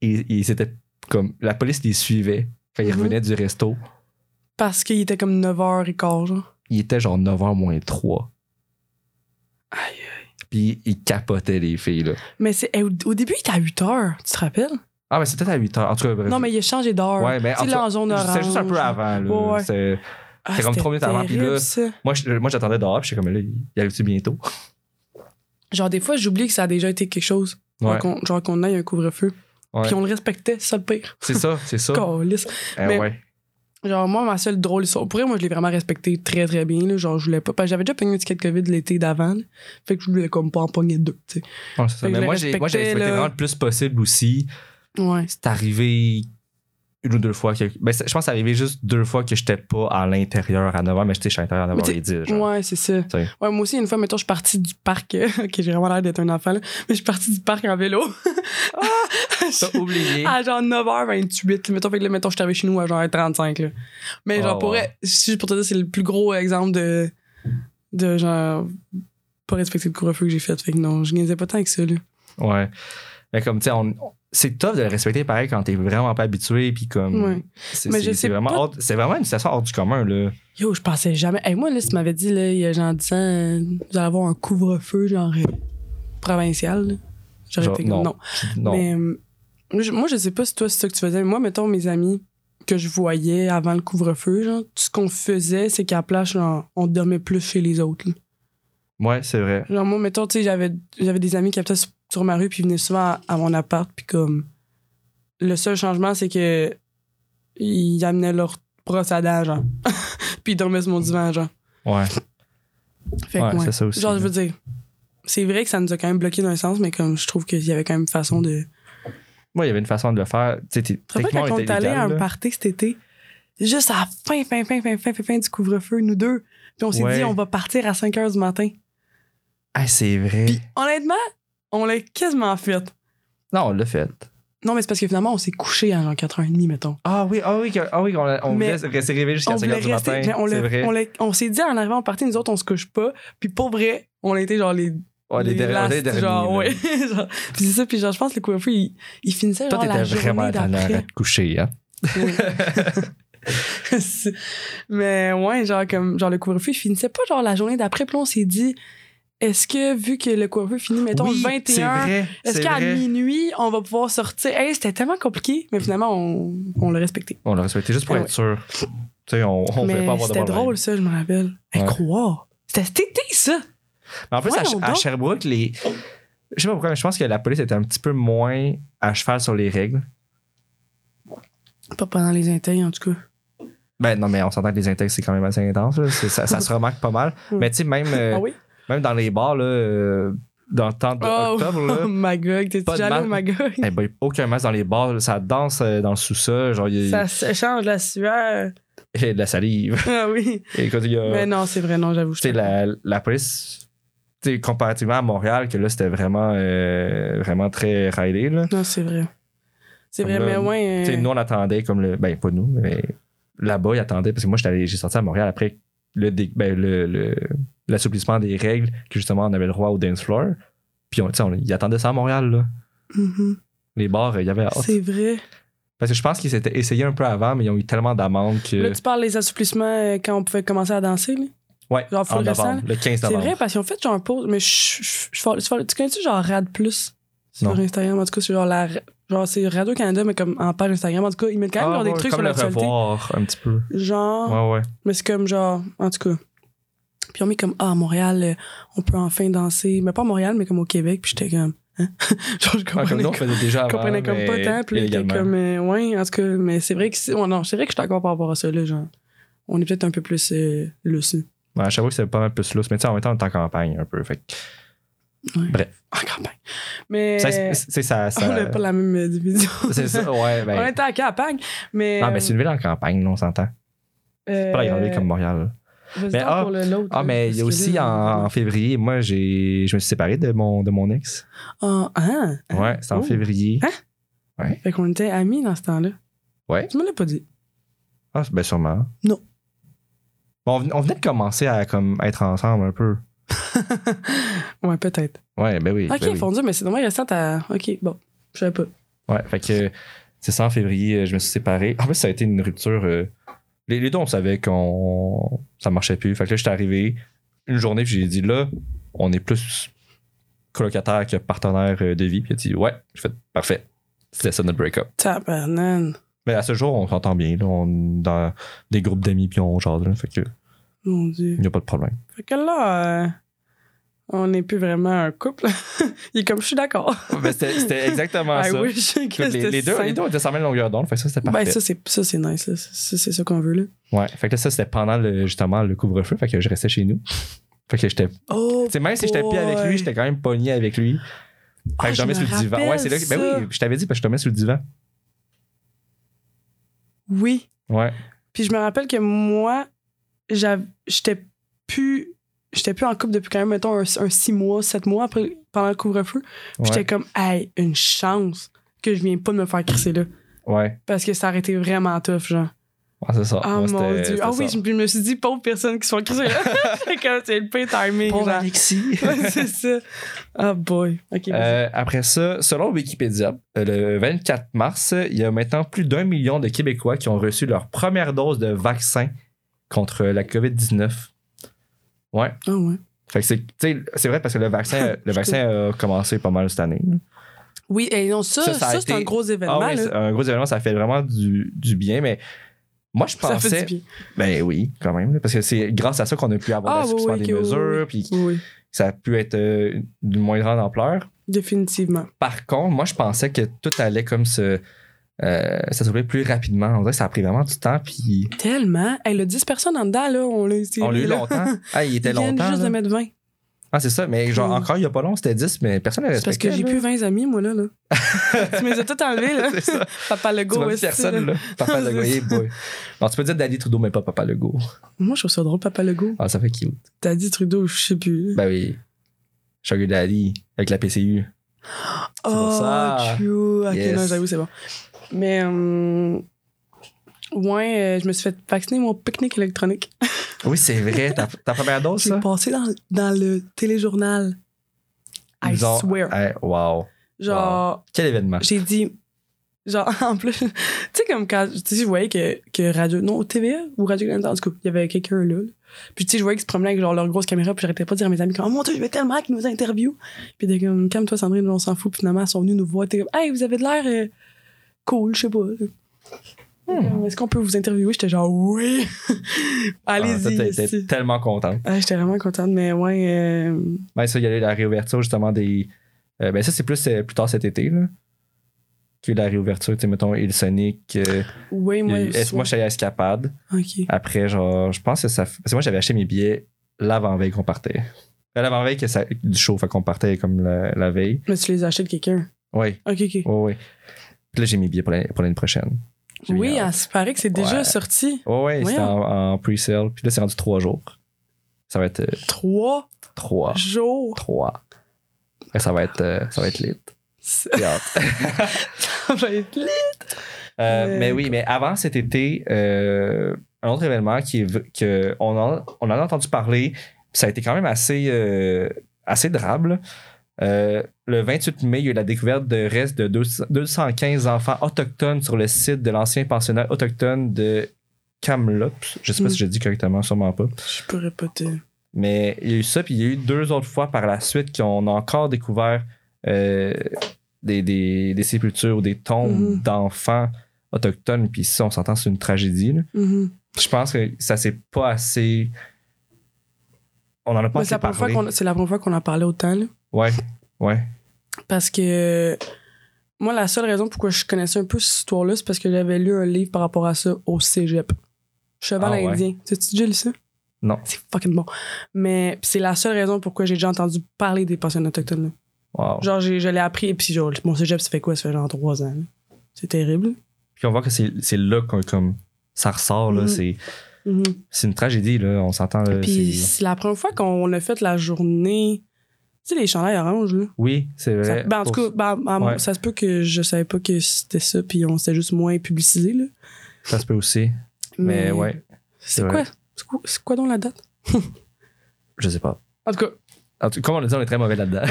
Speaker 4: Et ils étaient comme. La police les suivait. Quand ils
Speaker 5: Mhm.
Speaker 4: revenaient du resto,
Speaker 5: Parce qu'il était comme 9h15, genre.
Speaker 4: il était genre 9h moins 3.
Speaker 5: Aïe,
Speaker 4: Puis ils capotaient les filles. Là.
Speaker 5: Mais c'est eh, au, au début, il était à 8h, tu te rappelles?
Speaker 4: Ah, mais c'était à 8h. En tout cas, bref.
Speaker 5: Non, mais il a changé d'heure.
Speaker 4: Ouais, mais en
Speaker 5: tu
Speaker 4: tout
Speaker 5: sais, là,
Speaker 4: cas,
Speaker 5: en zone orange.
Speaker 4: C'était juste un peu avant. là.
Speaker 5: Ouais, ouais.
Speaker 4: C'est-
Speaker 5: Ah,
Speaker 4: C'était comme trois minutes avant, puis
Speaker 5: terrible,
Speaker 4: là-
Speaker 5: ça.
Speaker 4: Moi, je- moi, j'attendais dehors. Puis j'étais comme là, il arrive-tu bientôt?
Speaker 5: Genre, des fois, j'oublie que ça a déjà été quelque chose. Genre
Speaker 4: Ouais.
Speaker 5: qu'on- Genre qu'on aille un couvre-feu.
Speaker 4: Ouais.
Speaker 5: Puis on le respectait, c'est ça le pire.
Speaker 4: C'est ça, c'est ça.
Speaker 5: Câlisse.
Speaker 4: Eh
Speaker 5: mais-
Speaker 4: ouais.
Speaker 5: Genre, moi, ma seule drôle histoire. Pour vrai, moi, je l'ai vraiment respecté très, très bien. Là. Genre, je voulais pas. Parce que j'avais déjà pogné un ticket de COVID l'été d'avant. là. Fait que je voulais comme pas en pogner deux, tu sais.
Speaker 4: Ouais, c'est ça.
Speaker 5: Fait que
Speaker 4: Mais
Speaker 5: je
Speaker 4: moi,
Speaker 5: le
Speaker 4: j'ai moi, j'ai
Speaker 5: respectais,
Speaker 4: respecté
Speaker 5: là.
Speaker 4: vraiment le plus possible aussi.
Speaker 5: Ouais.
Speaker 4: c'est arrivé une ou deux fois. Que, ben, c'est- je pense que c'est arrivé juste deux fois que j'étais pas à l'intérieur à 9h, mais j'étais chez l'intérieur à
Speaker 5: Mais
Speaker 4: 9h
Speaker 5: t'sais,
Speaker 4: et 10. genre.
Speaker 5: Ouais, c'est ça.
Speaker 4: T'sais.
Speaker 5: Ouais, moi aussi, une fois, mettons, je suis partie du parc. euh, ok, j'ai vraiment l'air d'être un enfant, là, mais je suis partie du parc en vélo.
Speaker 4: T'as oublié.
Speaker 5: à genre 9h28. Mettons, fait que là, mettons, je suis arrivée chez nous à genre 35. Là. Mais
Speaker 4: Oh,
Speaker 5: genre, pour
Speaker 4: ouais.
Speaker 5: vrai, si pour te dire, c'est le plus gros exemple de. de genre. pas respecter le couvre-feu que j'ai fait. Fait que non, je niaisais pas tant que ça, là.
Speaker 4: Ouais. Mais comme, tu sais, on- on- c'est tough de le respecter pareil quand t'es vraiment pas habitué. Puis comme.
Speaker 5: Ouais.
Speaker 4: C'est,
Speaker 5: Mais
Speaker 4: c'est-
Speaker 5: je
Speaker 4: c'est
Speaker 5: sais
Speaker 4: vraiment
Speaker 5: pas-
Speaker 4: hors- c'est vraiment une situation hors du commun, là.
Speaker 5: Yo, je pensais jamais. Hey, moi, là, si tu m'avais dit, là, il y a genre 10 ans, euh, vous allez avoir un couvre-feu, genre, euh, provincial, là, j'aurais
Speaker 4: Genre,
Speaker 5: été
Speaker 4: non.
Speaker 5: comme non.
Speaker 4: Non.
Speaker 5: Mais euh, moi, je- moi, je sais pas si toi, c'est ça que tu faisais. mais Moi, mettons, mes amis que je voyais avant le couvre-feu, genre, tout ce qu'on faisait, c'est qu'à la plage, genre, on dormait plus chez les autres. là.
Speaker 4: Ouais, c'est vrai.
Speaker 5: Genre, moi, mettons, tu sais, j'avais j'avais des amis qui habitaient sur, sur ma rue, puis ils venaient souvent à, à mon appart, puis comme. Le seul changement, c'est que. Ils amenaient leur brosse à dents, genre. puis ils dormaient sur mon divan, genre.
Speaker 4: Ouais.
Speaker 5: Fait que,
Speaker 4: Ouais,
Speaker 5: ouais.
Speaker 4: c'est ça aussi.
Speaker 5: Genre,
Speaker 4: là.
Speaker 5: je veux dire. C'est vrai que ça nous a quand même bloqué d'un sens, mais comme je trouve qu'il y avait quand même une façon de.
Speaker 4: Moi, il y avait une façon de le faire. Tu sais, t'es-
Speaker 5: Tu te
Speaker 4: techniquement,
Speaker 5: rappelles quand
Speaker 4: on
Speaker 5: on est
Speaker 4: était
Speaker 5: allé à
Speaker 4: illégal,
Speaker 5: un
Speaker 4: là.
Speaker 5: party cet été? Juste à la fin, fin, fin, fin, fin, fin, fin du couvre-feu, nous deux. Puis on s'est
Speaker 4: Ouais.
Speaker 5: dit, on va partir à 5 h du matin.
Speaker 4: Ah, c'est vrai.
Speaker 5: Puis honnêtement, on l'a quasiment fait.
Speaker 4: Non, on l'a fait.
Speaker 5: Non, mais c'est parce que finalement, on s'est couché à genre 4h30, mettons.
Speaker 4: Ah oui, ah oui, que- ah oui, qu'on a- on,
Speaker 5: Mais
Speaker 4: voulait rester réveillé jusqu'à
Speaker 5: On
Speaker 4: 5h
Speaker 5: voulait
Speaker 4: du matin.
Speaker 5: rester. mais on
Speaker 4: c'est
Speaker 5: l'a-
Speaker 4: vrai.
Speaker 5: on l'a- on s'est dit en arrivant au party, nous autres, on se couche pas. Puis pour vrai, on a été genre les.
Speaker 4: Ouais, les, derniers- on
Speaker 5: last,
Speaker 4: était les derniers,
Speaker 5: Genre,
Speaker 4: là.
Speaker 5: ouais. Genre, puis c'est ça, puis genre, je pense que le couvre-feu, il, il finissait
Speaker 4: Toi,
Speaker 5: genre la
Speaker 4: t'étais
Speaker 5: journée
Speaker 4: vraiment tannant à
Speaker 5: d'après.
Speaker 4: te coucher, hein?
Speaker 5: C'est- Mais ouais, genre, comme, genre le couvre-feu, il finissait pas genre la journée d'après. Puis là, on s'est dit, est-ce que vu que le couvre-feu finit, mettons,
Speaker 4: Oui,
Speaker 5: le
Speaker 4: c'est
Speaker 5: 21,
Speaker 4: vrai,
Speaker 5: est-ce
Speaker 4: c'est
Speaker 5: qu'à
Speaker 4: vrai.
Speaker 5: minuit, on va pouvoir sortir? Hey, c'était tellement compliqué, mais finalement, on, on l'a respecté.
Speaker 4: On l'a respecté juste pour
Speaker 5: Ah
Speaker 4: être
Speaker 5: ouais.
Speaker 4: sûr. Tu sais, on ne
Speaker 5: mais
Speaker 4: voulait pas avoir de
Speaker 5: c'était
Speaker 4: problème.
Speaker 5: drôle, ça, je me rappelle. Hey,
Speaker 4: Ouais.
Speaker 5: croire. C'était cet été, ça.
Speaker 4: Mais en plus, à,
Speaker 5: Voyons
Speaker 4: à
Speaker 5: donc.
Speaker 4: Sherbrooke, les... je sais pas pourquoi, mais je pense que la police était un petit peu moins à cheval sur les règles.
Speaker 5: Pas pendant les intérêts, en tout cas.
Speaker 4: Ben non, mais on s'entend que les intérêts, c'est quand même assez intense. là. C'est- Ça, ça se remarque pas mal.
Speaker 5: Ouais.
Speaker 4: Mais tu sais, même, euh,
Speaker 5: ah oui?
Speaker 4: même dans les bars, là, euh, dans le temps
Speaker 5: Oh.
Speaker 4: d'octobre,
Speaker 5: Oh,
Speaker 4: là,
Speaker 5: Magog, t'es
Speaker 4: pas de
Speaker 5: jaloux,
Speaker 4: mal-
Speaker 5: Magog?
Speaker 4: eh ben, aucun masque dans les bars, là, ça danse euh, dans le sous-sol, genre il y a
Speaker 5: Ça se change la sueur.
Speaker 4: il y a de la salive.
Speaker 5: Ah oui.
Speaker 4: Et quand il y a-
Speaker 5: Mais non, c'est vrai, non, j'avoue. je
Speaker 4: Tu sais, la, la police, tu sais, comparativement à Montréal, que là, c'était vraiment, euh, vraiment très ridé, là.
Speaker 5: Non, c'est vrai. C'est
Speaker 4: Comme
Speaker 5: vrai,
Speaker 4: là,
Speaker 5: mais ouais.
Speaker 4: Tu sais,
Speaker 5: euh,
Speaker 4: nous, on attendait comme le. Ben, pas nous, mais là-bas, ils attendaient. Parce que moi, j'étais allé- j'ai sorti à Montréal après le dé- ben, le- le- l'assouplissement des règles, que justement, on avait le droit au dance floor. Puis, on, tu sais, on- ils attendaient ça à Montréal, là.
Speaker 5: mhm.
Speaker 4: Les bars, il y avait hâte.
Speaker 5: C'est vrai.
Speaker 4: Parce que je pense qu'ils s'étaient essayés un peu avant, mais ils ont eu tellement d'amendes que.
Speaker 5: Là, tu parles des assouplissements euh, quand on pouvait commencer à danser, là?
Speaker 4: ouais,
Speaker 5: genre, faut
Speaker 4: en
Speaker 5: le
Speaker 4: novembre,
Speaker 5: salle.
Speaker 4: le 15
Speaker 5: C'est
Speaker 4: novembre.
Speaker 5: vrai, parce qu'ils ont fait genre un pause. Mais je- je- je fais- je fais- tu connais-tu genre Rad Plus sur
Speaker 4: Non.
Speaker 5: Instagram? En tout cas, c'est genre la. Genre, c'est Radio-Canada, mais comme en page Instagram. En tout cas, ils mettent quand même
Speaker 4: Ah,
Speaker 5: genre, des
Speaker 4: ouais,
Speaker 5: trucs
Speaker 4: comme
Speaker 5: sur
Speaker 4: le
Speaker 5: l'actualité. Ah.
Speaker 4: revoir un petit peu.
Speaker 5: Genre.
Speaker 4: Ouais, ouais.
Speaker 5: Mais c'est comme genre, en tout cas. Puis on mis comme, ah, à Montréal, euh, on peut enfin danser. Mais pas à Montréal, mais comme au Québec. Puis j'étais comme, hein? genre, je
Speaker 4: Ah,
Speaker 5: comprenais,
Speaker 4: comme nous, on
Speaker 5: comme,
Speaker 4: faisait déjà
Speaker 5: je
Speaker 4: avant.
Speaker 5: comprenais comme pas
Speaker 4: mais
Speaker 5: tant. Puis là, j'étais
Speaker 4: illégalement.
Speaker 5: comme, euh, ouais, en tout cas. Mais c'est vrai que, si- oh, non, c'est vrai que je suis d'accord par rapport à ça, là. Genre, on est peut-être un peu plus euh, lucide.
Speaker 4: Ouais, je t'avoue que c'est pas mal plus lousse, mais tu sais, en même temps, on est en campagne un peu. Fait que
Speaker 5: En campagne. Mais.
Speaker 4: ça, c'est- c'est ça. ça-
Speaker 5: Euh, On n'a pas la même euh, division.
Speaker 4: c'est ça, ouais,
Speaker 5: On
Speaker 4: ben.
Speaker 5: était en campagne, mais.
Speaker 4: Non, Ah, mais c'est une ville en campagne, là, on s'entend. C'est pas la grande ville comme Montréal. là. mais ah,
Speaker 5: pour euh, le- l'autre,
Speaker 4: Euh, Ah,
Speaker 5: là,
Speaker 4: mais il y a
Speaker 5: parce que
Speaker 4: aussi
Speaker 5: là,
Speaker 4: en,
Speaker 5: on-
Speaker 4: en février, moi, j'ai, je me suis séparé de mon, de mon ex.
Speaker 5: Ah, hein, hein.
Speaker 4: Ouais, c'est en
Speaker 5: Oh.
Speaker 4: février.
Speaker 5: Fait qu'on était amis dans ce temps-là.
Speaker 4: Ouais.
Speaker 5: Tu me l'as pas dit.
Speaker 4: Ah, ben sûrement.
Speaker 5: Non.
Speaker 4: Bon, on venait- on venait de commencer à comme, être ensemble un peu.
Speaker 5: Ouais, peut-être.
Speaker 4: Ouais, ben oui.
Speaker 5: Ok,
Speaker 4: ben oui.
Speaker 5: fondu, mais c'est dommage, restant à. Ok, bon. Je savais pas.
Speaker 4: Ouais, fait que c'est ça, en février, euh, je me suis séparé. En fait, ça a été une rupture. euh, les, les deux, on savait qu'on ça marchait plus. Fait que là, j'étais arrivé une journée, puis j'ai dit là, on est plus colocataire que partenaire euh, de vie. Puis il a dit ouais, j'ai fait parfait. C'était ça notre break-up.
Speaker 5: Tabarnan.
Speaker 4: Mais à ce jour, on s'entend bien. Là, on est dans des groupes d'amis, puis on jase. Là, fait que
Speaker 5: Mon dieu.
Speaker 4: il n'y a pas de problème.
Speaker 5: Fait que là, euh, on n'est plus vraiment un couple. Il est comme, je suis d'accord.
Speaker 4: Mais Ben, c'était c'était exactement
Speaker 5: I
Speaker 4: Ah, ça.
Speaker 5: wish que
Speaker 4: Les,
Speaker 5: Ah c'était
Speaker 4: les deux,
Speaker 5: simple.
Speaker 4: les deux étaient sur la même longueur d'onde. Fait que ça, c'était parfait.
Speaker 5: Ben, ça, c'est ça, c'est nice. là. Ça, C'est ça qu'on veut, là.
Speaker 4: Ouais, fait que là, ça, c'était pendant le, justement le couvre-feu, fait que je restais chez nous. Fait que j'étais. Tu
Speaker 5: Oh,
Speaker 4: sais, même si j'étais
Speaker 5: boy.
Speaker 4: pis avec lui, j'étais quand même pogné avec lui. Fait
Speaker 5: Ah,
Speaker 4: que je
Speaker 5: je
Speaker 4: dormais
Speaker 5: me
Speaker 4: sur le divan.
Speaker 5: rappelle
Speaker 4: Ouais, c'est là que.
Speaker 5: ça.
Speaker 4: Ben oui, je t'avais dit, parce que je dormais sur le divan.
Speaker 5: Oui.
Speaker 4: Ouais.
Speaker 5: Puis je me rappelle que moi, j'av- j'étais plus. J'étais plus en couple depuis quand même, mettons, un, un six mois, sept mois après, pendant le couvre-feu. Puis
Speaker 4: Ouais.
Speaker 5: J'étais comme, hey, une chance que je viens pas de me faire crisser là.
Speaker 4: ouais.
Speaker 5: Parce que ça aurait été vraiment tough, genre.
Speaker 4: Ah, c'est ça.
Speaker 5: Ah
Speaker 4: Ouais,
Speaker 5: mon
Speaker 4: c'était-
Speaker 5: dieu.
Speaker 4: c'était
Speaker 5: Ah
Speaker 4: ça.
Speaker 5: oui, je, me- je me suis dit, pauvre personne qui se fait crisser là. c'est comme, c'est le pire timing.
Speaker 4: Pauvre
Speaker 5: genre.
Speaker 4: Alexis.
Speaker 5: Ouais, c'est ça. Ah boy. Ok, vas-y.
Speaker 4: Euh, après ça, selon Wikipédia, euh, le 24 mars, il y a maintenant plus d'un million de Québécois qui ont reçu leur première dose de vaccin contre la COVID-19. Ouais.
Speaker 5: Ah ouais.
Speaker 4: Fait que c'est, tu sais, c'est vrai parce que le vaccin, le vaccin a commencé pas mal cette année. là.
Speaker 5: Ben, Oui, et non, ça, ça,
Speaker 4: Ça, ça a
Speaker 5: c'est
Speaker 4: été-
Speaker 5: un gros événement.
Speaker 4: Ah oui,
Speaker 5: là.
Speaker 4: c'est un gros événement, ça fait vraiment du, du bien, mais moi je
Speaker 5: ça
Speaker 4: pensais.
Speaker 5: fait du bien.
Speaker 4: Ben oui, quand même, là, parce que c'est grâce à ça qu'on a pu avoir
Speaker 5: Ah,
Speaker 4: l'assouplissement
Speaker 5: oui, oui,
Speaker 4: des
Speaker 5: que oui,
Speaker 4: mesures, puis
Speaker 5: Oui, oui.
Speaker 4: ça a pu être euh, d'une moins grande ampleur.
Speaker 5: définitivement.
Speaker 4: Par contre, moi je pensais que tout allait comme se. Euh, ça s'ouvrait plus rapidement. On dirait que ça a pris vraiment du temps, puis
Speaker 5: Tellement. Elle a 10 personnes en dedans, là. On l'a ici.
Speaker 4: on l'a eu
Speaker 5: là.
Speaker 4: longtemps. Ah, il était
Speaker 5: Ils viennent
Speaker 4: longtemps.
Speaker 5: juste
Speaker 4: là.
Speaker 5: de mettre 20.
Speaker 4: Ah, c'est ça, mais genre
Speaker 5: Mm.
Speaker 4: encore il n'y a pas long, c'était 10, mais personne ne
Speaker 5: C'est parce
Speaker 4: respectait.
Speaker 5: que j'ai
Speaker 4: là.
Speaker 5: plus 20 amis, moi, là. là. tu me les as tous enlevés, là.
Speaker 4: C'est ça.
Speaker 5: Papa
Speaker 4: Tu vois
Speaker 5: Legault,
Speaker 4: plus
Speaker 5: est
Speaker 4: personne, là. Papa Legault,
Speaker 5: C'est
Speaker 4: eh boy. Non, tu peux dire Daddy Trudeau, mais pas Papa Legault.
Speaker 5: Moi, je trouve ça drôle, Papa Legault.
Speaker 4: Ah, ça fait cute.
Speaker 5: T'as dit Trudeau, je sais plus.
Speaker 4: Ben oui. Sugar Daddy, avec la PCU. c'est pour
Speaker 5: oh,
Speaker 4: ça.
Speaker 5: cute. Ok,
Speaker 4: Yes.
Speaker 5: non, j'avoue, c'est bon. Mais, euh, ouais, euh, je me suis fait vacciner mon pique-nique électronique.
Speaker 4: Oui, c'est vrai. Ta, ta première dose,
Speaker 5: J'ai
Speaker 4: ça?
Speaker 5: passé dans, dans le téléjournal. I
Speaker 4: Ils ont-
Speaker 5: swear.
Speaker 4: Hey, wow.
Speaker 5: Genre.
Speaker 4: Quel événement.
Speaker 5: j'ai dit genre en plus tu sais comme quand tu sais je voyais que, que radio non TVA ou Radio Canada en tout cas il y avait quelqu'un là, là. puis tu sais je voyais qu'ils se promenaient avec genre leur grosse caméra puis j'arrêtais pas de dire à mes amis comme oh mon dieu je vais tellement qu'ils nous interviewent puis t'es comme calme-toi Sandrine on s'en fout puis finalement ils sont venus nous voir t'es comme hey vous avez de l'air euh, cool je sais pas
Speaker 4: Hmm.
Speaker 5: Euh, est-ce qu'on peut vous interviewer j'étais genre oui
Speaker 4: Ah,
Speaker 5: allez-y
Speaker 4: toi, t'es- t'es
Speaker 5: esti.
Speaker 4: tellement contente.
Speaker 5: ah, j'étais vraiment contente mais ouais euh,
Speaker 4: Ben, ça, il y a eu la réouverture, justement, des. euh, ben, ça, c'est plus, euh, plus tard cet été, là. Qu'il y a eu la réouverture, tu sais, mettons, Il Sonic. euh, il
Speaker 5: ouais
Speaker 4: y
Speaker 5: moi
Speaker 4: a eu- est-
Speaker 5: soir-
Speaker 4: moi, je suis allé à Escapade.
Speaker 5: ok
Speaker 4: Après, genre, je pense que ça. Parce que moi, j'avais acheté mes billets l'avant-veille qu'on partait. Euh, L'avant-veille que ça- du show, fait qu'on partait comme la, la veille.
Speaker 5: mais tu les as achetés de quelqu'un
Speaker 4: Oui,
Speaker 5: ok ok
Speaker 4: oui, oui. Puis là, j'ai mes billets pour l'année pour l'année prochaine. J'ai mis
Speaker 5: oui
Speaker 4: en-
Speaker 5: à se paraît que c'est déjà
Speaker 4: Ouais.
Speaker 5: sorti
Speaker 4: Ouais, ouais, c'était
Speaker 5: Voyons.
Speaker 4: en, en pre-sale. Puis là, c'est rendu trois jours. Ça va être euh,
Speaker 5: trois
Speaker 4: trois.
Speaker 5: jours.
Speaker 4: Trois. Après, ça va être, euh, ça va être lit.
Speaker 5: Ça
Speaker 4: J'ai hâte.
Speaker 5: va être lit.
Speaker 4: Euh,
Speaker 5: Euh,
Speaker 4: mais oui, mais avant cet été, euh, un autre événement qui est, v- que on en, on en a entendu parler, puis ça a été quand même assez, euh, assez drable. Euh, le 28 mai, il y a eu la découverte de restes de 200 215 enfants autochtones sur le site de l'ancien pensionnat autochtone de Kamloops. Je sais pas
Speaker 5: Mm.
Speaker 4: si j'ai dit correctement, sûrement pas.
Speaker 5: Je peux répéter.
Speaker 4: Mais il y a eu ça, puis il y a eu deux autres fois par la suite qu'on a encore découvert euh, des, des- des sépultures ou des tombes
Speaker 5: Mhm.
Speaker 4: d'enfants autochtones, puis ça, on s'entend, c'est une tragédie. là.
Speaker 5: Mhm.
Speaker 4: Je pense que ça s'est pas assez. On en a pas
Speaker 5: Mais
Speaker 4: assez
Speaker 5: c'est la première fois
Speaker 4: parlé.
Speaker 5: qu'on- c'est la première fois qu'on en parlait autant. là.
Speaker 4: Ouais, ouais.
Speaker 5: Parce que moi, la seule raison pourquoi je connaissais un peu cette histoire-là, c'est parce que j'avais lu un livre par rapport à ça au cégep. Cheval
Speaker 4: Ah ouais.
Speaker 5: indien. T'as-tu déjà lu ça?
Speaker 4: Non.
Speaker 5: C'est fucking bon. Mais c'est la seule raison pourquoi j'ai déjà entendu parler des personnes autochtones. là.
Speaker 4: Wow.
Speaker 5: Genre, j'ai- je l'ai appris, et puis genre, mon cégep, ça fait quoi? Ça fait genre trois ans. là. C'est terrible.
Speaker 4: Puis on voit que c'est c'est là qu'on comme ça ressort là,
Speaker 5: Mhm.
Speaker 4: c'est
Speaker 5: Mhm.
Speaker 4: c'est une tragédie là, on s'entend là,
Speaker 5: Puis
Speaker 4: Euh, c'est-
Speaker 5: c'est la première fois qu'on a fait la journée. Tu sais, les chandails orange, là.
Speaker 4: Oui, c'est
Speaker 5: Ça-
Speaker 4: vrai.
Speaker 5: ben, en tout cas,
Speaker 4: Pour-
Speaker 5: ben, ben,
Speaker 4: Ouais.
Speaker 5: ça se peut que je savais pas que c'était ça, puis on s'était juste moins publicisé, là.
Speaker 4: ça se peut aussi, mais, ouais, c'est
Speaker 5: C'est
Speaker 4: vrai.
Speaker 5: quoi? C'est quoi, c'est quoi donc la date?
Speaker 4: je sais pas.
Speaker 5: En tout cas.
Speaker 4: En tout- comme on le dit, on est très mauvais là-dedans.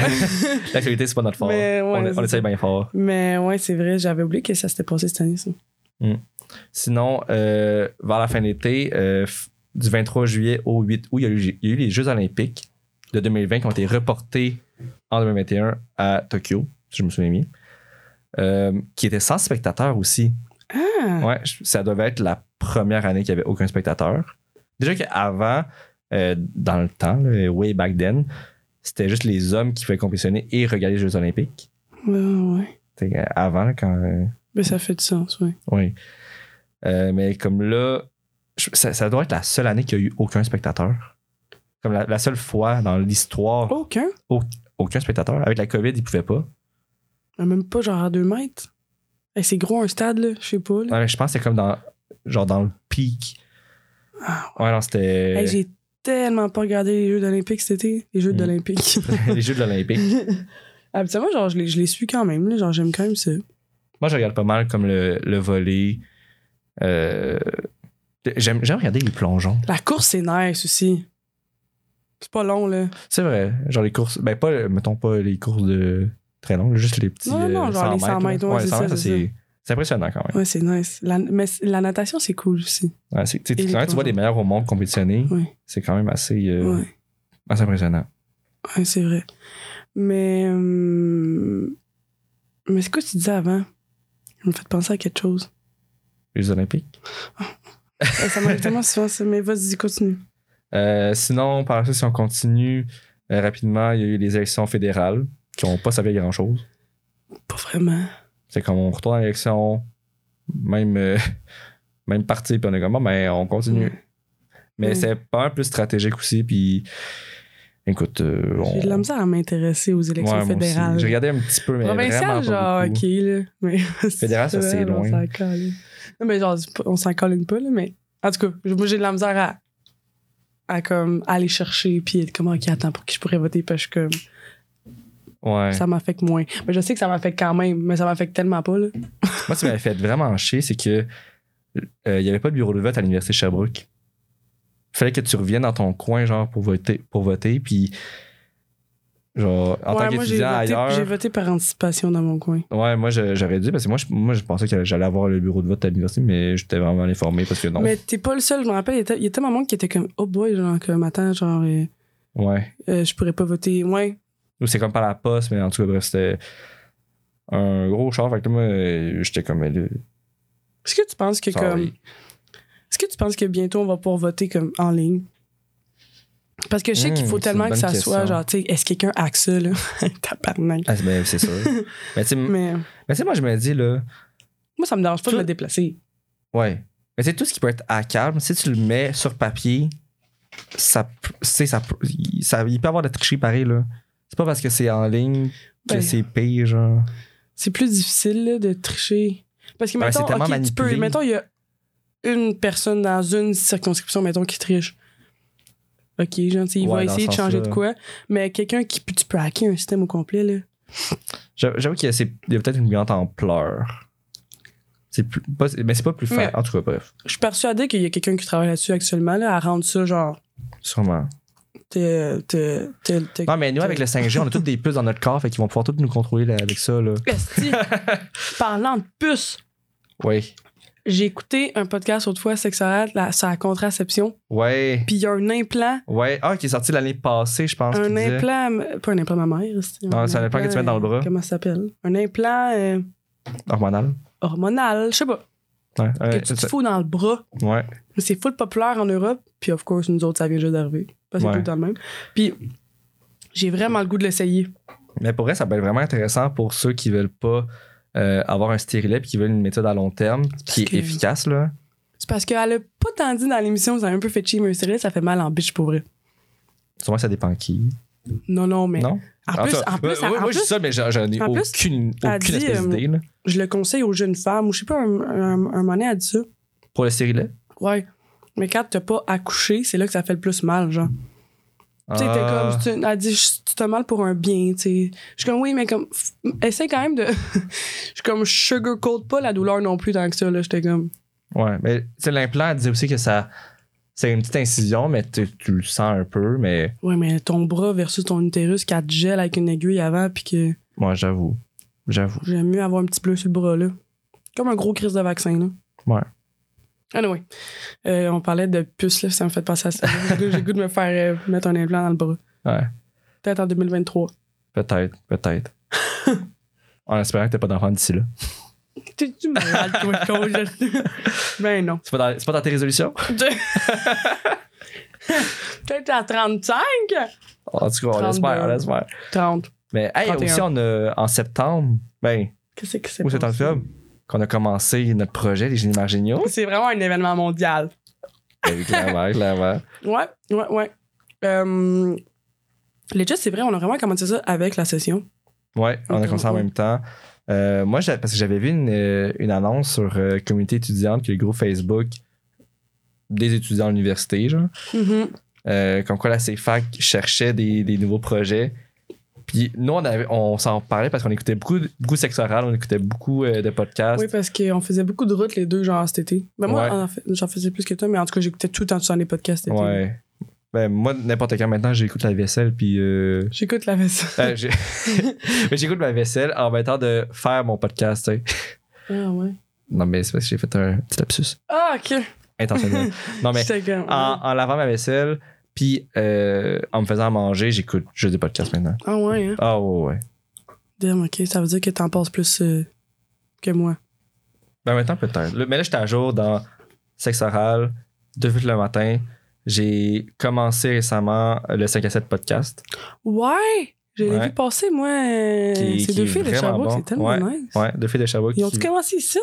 Speaker 4: L'actualité c'est pas notre fort.
Speaker 5: Mais ouais,
Speaker 4: on,
Speaker 5: c'est
Speaker 4: on
Speaker 5: ça.
Speaker 4: essaye bien fort.
Speaker 5: Mais ouais, c'est vrai, j'avais oublié que ça s'était passé cette année, ça.
Speaker 4: Sinon, euh, vers la fin de l'été, euh, f- du 23 juillet au 8 août, il y, a eu, il y a eu les Jeux Olympiques de 2020 qui ont été reportés en 2021 à Tokyo, si je me souviens bien, Euh, qui étaient sans spectateurs aussi.
Speaker 5: Ah!
Speaker 4: Ouais, je- ça devait être la première année qu'il n'y avait aucun spectateur. Déjà qu'avant, euh, dans le temps, là, way back then, c'était juste les hommes qui pouvaient compétitionner et regarder les Jeux Olympiques.
Speaker 5: Ouais, ouais, Ah, ouais.
Speaker 4: T'sais, euh, avant, là, quand. euh,
Speaker 5: Mais ça fait du sens, ouais.
Speaker 4: oui. Euh, mais comme là, je- ça, ça doit être la seule année qu'il n'y a eu aucun spectateur. Comme la, la seule fois dans l'histoire,
Speaker 5: Aucun?
Speaker 4: aucun spectateur. Avec la COVID, ils ne pouvaient pas.
Speaker 5: Mais Même pas genre à deux mètres. Hey, c'est gros un stade, là, je sais pas. là.
Speaker 4: Ouais, je pense que c'était comme dans, genre dans le pic. Ouais, non, c'était
Speaker 5: Ah, Hey, j'ai tellement pas regardé les Jeux d'Olympique cet été. Les Jeux
Speaker 4: Mm.
Speaker 5: d'Olympique.
Speaker 4: les Jeux de l'Olympique.
Speaker 5: Habituellement, genre, je les, je les suis quand même, là. Genre, j'aime quand même ça.
Speaker 4: Moi, je regarde pas mal comme le, le volley. Euh, J'aime j'aime regarder les plongeons.
Speaker 5: La course, c'est nice aussi. C'est pas long, là.
Speaker 4: C'est vrai. Genre les courses. Ben, pas, mettons pas les courses de très longues, juste les petits.
Speaker 5: Non, non,
Speaker 4: euh,
Speaker 5: genre les 100
Speaker 4: là.
Speaker 5: mètres, ouais, c'est
Speaker 4: 100
Speaker 5: ça,
Speaker 4: mètres,
Speaker 5: c'est
Speaker 4: c'est c'est impressionnant quand même.
Speaker 5: Ouais, c'est nice. La, mais c- la natation, c'est cool aussi.
Speaker 4: Ouais, c'est- tu sais,
Speaker 5: Et les
Speaker 4: quand tu vois
Speaker 5: plongeons.
Speaker 4: les meilleurs au monde compétitionner,
Speaker 5: Ouais.
Speaker 4: c'est quand même assez, euh,
Speaker 5: Ouais,
Speaker 4: assez impressionnant.
Speaker 5: ouais, c'est vrai. Mais. euh, mais c'est quoi que tu disais avant? Je me fait penser à quelque chose.
Speaker 4: Les Olympiques.
Speaker 5: Ouais, ça m'arrive tellement souvent, ça. Mais vas-y, continue.
Speaker 4: Euh, sinon, par ça, si on continue euh, rapidement, il y a eu les élections fédérales qui n'ont pas servi à grand chose.
Speaker 5: Pas vraiment.
Speaker 4: C'est comme on retourne à l'élection, même, euh, même parti, puis on est comme, mais on continue.
Speaker 5: Ouais.
Speaker 4: Mais
Speaker 5: Ouais.
Speaker 4: c'est pas un plus stratégique aussi, puis écoute, euh, on.
Speaker 5: J'ai de la misère à m'intéresser aux
Speaker 4: Ouais, moi
Speaker 5: élections
Speaker 4: aussi.
Speaker 5: fédérales.
Speaker 4: J'ai regardé un petit peu, mais vraiment
Speaker 5: Provincial,
Speaker 4: pas
Speaker 5: genre,
Speaker 4: beaucoup.
Speaker 5: ok, là. Mais
Speaker 4: Fédéral, ça, c'est
Speaker 5: on
Speaker 4: loin.
Speaker 5: s'en calme. Non, mais genre, c'est pas- on s'en colle pas, là. Mais en tout cas, moi, j'ai de la misère à, à comme, aller chercher, puis être comme, ok, attends, pour qui je pourrais voter, parce que comme,
Speaker 4: Ouais.
Speaker 5: ça m'affecte moins. Mais je sais que ça m'affecte quand même, mais ça m'affecte tellement pas, là.
Speaker 4: Moi, ce qui m'avait fait vraiment chier, c'est que euh, il n'y avait pas de bureau de vote à l'université de Sherbrooke. fallait que tu reviennes dans ton coin, genre, pour voter, pour voter puis genre, en tant
Speaker 5: Ouais, moi, j'ai
Speaker 4: qu'étudiant
Speaker 5: voté-
Speaker 4: ailleurs...
Speaker 5: J'ai voté par anticipation dans mon coin.
Speaker 4: Ouais, moi, je- j'aurais dû, parce que moi, je, moi, je pensais que j'allais avoir le bureau de vote à l'université, mais j'étais vraiment mal informé, parce que non.
Speaker 5: Mais t'es pas le seul, je me rappelle, il y a te- il y a tellement de monde qui était comme, oh boy, genre, comme, attends, genre, euh,
Speaker 4: Ouais.
Speaker 5: euh, je pourrais pas voter. Ouais,
Speaker 4: Ou c'est comme par la poste, mais en tout cas, bref, c'était un gros char. Fait que moi, euh, j'étais comme... mais là,
Speaker 5: Est-ce que tu penses que
Speaker 4: sorry.
Speaker 5: comme. Est-ce que tu penses que bientôt on va pouvoir voter comme en ligne? Parce que je sais
Speaker 4: Hmm,
Speaker 5: qu'il faut
Speaker 4: c'est
Speaker 5: tellement
Speaker 4: une bonne
Speaker 5: que ça soit
Speaker 4: question.
Speaker 5: genre, tu sais, est-ce que quelqu'un hack ça, là? Tabarnak.
Speaker 4: Ah, c'est- ben, c'est sûr. mais tu sais, m-
Speaker 5: Mais euh,
Speaker 4: mais tu sais, moi, je me dis, là...
Speaker 5: moi, ça me dérange pas de
Speaker 4: Tout-
Speaker 5: me déplacer.
Speaker 4: Ouais. Mais c'est tout ce qui peut être hackable. Si tu le mets sur papier, ça, p- c'est- ça, p- il- ça- il peut y avoir de la tricherie pareil, là. C'est pas parce que c'est en ligne que
Speaker 5: Ben.
Speaker 4: c'est pire, genre.
Speaker 5: C'est plus difficile là, de tricher. Parce que
Speaker 4: Ouais,
Speaker 5: mettons,
Speaker 4: c'est tellement
Speaker 5: ok, tu peux,
Speaker 4: manipulé.
Speaker 5: mettons, il y a une personne dans une circonscription, mettons, qui triche. Ok, genre, tu sais, il va
Speaker 4: Ouais, dans
Speaker 5: essayer
Speaker 4: ce
Speaker 5: de changer de
Speaker 4: sens-là.
Speaker 5: quoi. Mais quelqu'un qui. Puis tu peux hacker un système au complet, là.
Speaker 4: J'avoue j'avoue qu'il y a, c'est- il y a peut-être une grande ampleur. C'est plus, pas- mais c'est pas plus fort.
Speaker 5: Mais-
Speaker 4: En tout cas, bref.
Speaker 5: Je suis persuadée qu'il y a quelqu'un qui travaille là-dessus actuellement, là, à rendre ça, genre,
Speaker 4: Sûrement.
Speaker 5: tu te. te, te, te-
Speaker 4: Non, mais nous, avec le 5G, on a toutes des puces dans notre corps, fait qu'ils vont pouvoir toutes nous contrôler là, avec ça. Là.
Speaker 5: Esti. Parlant de puces,
Speaker 4: Oui.
Speaker 5: j'ai écouté un podcast autrefois sexuel là, sur la contraception,
Speaker 4: Ouais.
Speaker 5: puis il y a un implant.
Speaker 4: Ouais. Ah, qui est sorti l'année passée, je pense.
Speaker 5: Un
Speaker 4: qu'il disait.
Speaker 5: implant. euh, Pas un implant mammaire. esti,
Speaker 4: Non, c'est un implant que tu mets dans le bras.
Speaker 5: Comment ça s'appelle Un implant euh,
Speaker 4: Hormonal.
Speaker 5: hormonal, je sais pas,
Speaker 4: Ah, Ouais. Euh,
Speaker 5: que tu te
Speaker 4: ça-
Speaker 5: fous dans le bras.
Speaker 4: ouais.
Speaker 5: Mais c'est full populaire en Europe. Puis, of course, nous autres, ça vient juste d'arriver. Parce que c'est
Speaker 4: Ouais.
Speaker 5: tout le temps le même. Puis, j'ai vraiment le goût de l'essayer.
Speaker 4: Mais pour vrai, ça peut être vraiment intéressant pour ceux qui veulent pas euh, avoir un stérilet puis qui veulent une méthode à long terme qui est
Speaker 5: que-
Speaker 4: efficace. Là.
Speaker 5: C'est parce qu'elle a pas tant dit dans l'émission, ça a un peu fait chier, mais sérieux, ça fait mal en bitch pour vrai.
Speaker 4: Sûrement, ça dépend qui.
Speaker 5: Non, non, mais.
Speaker 4: Non? Ah,
Speaker 5: En plus,
Speaker 4: ça-
Speaker 5: en plus,
Speaker 4: ouais,
Speaker 5: en
Speaker 4: ouais, moi, je dis
Speaker 5: plus,
Speaker 4: ça, mais j'en j'en ai
Speaker 5: en plus,
Speaker 4: aucune,
Speaker 5: elle
Speaker 4: aucune
Speaker 5: dit,
Speaker 4: espèce
Speaker 5: euh,
Speaker 4: d'idée. là.
Speaker 5: je le conseille aux jeunes femmes. Ou je sais pas, un, un, un moment donné, elle dit ça.
Speaker 4: Pour le stérilet.
Speaker 5: Ouais. Mais quand t'as pas accouché, c'est là que ça fait le plus mal, genre. Tu sais, t'es
Speaker 4: Ah.
Speaker 5: comme. c'est une- Elle dit, Chut, tu te mal pour un bien, tu sais. Je suis comme, oui, mais comme. f- Essaye quand même de. Je suis comme, sugarcoat pas la douleur non plus tant que ça, là. J'étais comme.
Speaker 4: Ouais, mais tu sais, l'implant, elle disait aussi que ça. C'est une petite incision, mais tu, tu le sens un peu, mais
Speaker 5: Ouais, mais ton bras versus ton utérus qui te gèle avec une aiguille avant, puis que
Speaker 4: moi, j'avoue. J'avoue.
Speaker 5: j'aime mieux avoir un petit bleu sur le bras, là. Comme un gros crise de vaccin, là.
Speaker 4: Ouais.
Speaker 5: Anyway, euh, on parlait de puces, là, ça me fait passer à ça. J'ai le goût- j'ai le goût de me faire euh, mettre un implant dans le bras.
Speaker 4: Ouais,
Speaker 5: Peut-être en 2023.
Speaker 4: peut-être, peut-être. en espérant que t'aies pas d'enfant d'ici là.
Speaker 5: T'es-tu malade, toi, con, je- Ben non.
Speaker 4: C'est pas, dans, c'est pas dans tes résolutions?
Speaker 5: Peut-être à 35?
Speaker 4: En tout cas, on
Speaker 5: 32.
Speaker 4: l'espère, on l'espère.
Speaker 5: 30.
Speaker 4: Mais hey,
Speaker 5: 31.
Speaker 4: aussi, on a, en septembre, ben,
Speaker 5: Qu'est-ce que c'est?
Speaker 4: ou septembre,
Speaker 5: passé?
Speaker 4: octobre, qu'on a commencé notre projet, les génies marginaux.
Speaker 5: C'est vraiment un événement mondial.
Speaker 4: Ben, clairement, clairement.
Speaker 5: Ouais, ouais, ouais. Euh, les gestes, c'est vrai, on a vraiment commencé ça avec la session.
Speaker 4: Ouais, on a
Speaker 5: Ok,
Speaker 4: commencé en
Speaker 5: ouais.
Speaker 4: même temps. Euh, moi, j'a- parce que j'avais vu une, euh, une annonce sur euh, Communauté étudiante, qui est le groupe Facebook des étudiants à l'université, genre. Euh, comme quoi la CFAC cherchait des, des nouveaux projets. Puis nous, on, avait- on s'en parlait parce qu'on écoutait beaucoup, de- beaucoup de sexe oral, on écoutait beaucoup euh, de podcasts.
Speaker 5: Oui, parce qu'on faisait beaucoup de routes les deux, genre cet été. Ben, moi,
Speaker 4: Ouais.
Speaker 5: en fait, j'en faisais plus que toi, mais en tout cas, j'écoutais tout le temps sur les podcasts cet été.
Speaker 4: ouais. Ben, moi, n'importe quand maintenant, j'écoute la vaisselle, puis. euh,
Speaker 5: J'écoute la vaisselle.
Speaker 4: euh, j'ai- mais j'écoute ma vaisselle en même temps de faire mon podcast, tu sais.
Speaker 5: Ah, ouais.
Speaker 4: Non, mais c'est parce que j'ai fait un petit lapsus
Speaker 5: Ah, ok.
Speaker 4: intentionnel. non, mais
Speaker 5: J'étais comme.
Speaker 4: en, en lavant ma vaisselle, puis euh, en me faisant manger, j'écoute juste des podcasts maintenant.
Speaker 5: Ah, ouais, hein.
Speaker 4: Ah, ouais, ouais.
Speaker 5: Damn, ok. Ça veut dire que t'en passes plus euh, que moi.
Speaker 4: Ben maintenant peut-être. Là, Mais là, j'étais à jour dans sexe oral, deux vues le matin. J'ai commencé récemment le 5 à 7 podcast.
Speaker 5: Ouais! Je l'ai
Speaker 4: Ouais.
Speaker 5: vu passer, moi. euh,
Speaker 4: Qui-
Speaker 5: Ces
Speaker 4: qui
Speaker 5: deux
Speaker 4: est
Speaker 5: filles de
Speaker 4: vraiment
Speaker 5: Sherbrooke,
Speaker 4: bon.
Speaker 5: c'est tellement nice.
Speaker 4: Ouais, deux filles de Sherbrooke.
Speaker 5: Ils ont
Speaker 4: qui-
Speaker 5: commencé ici?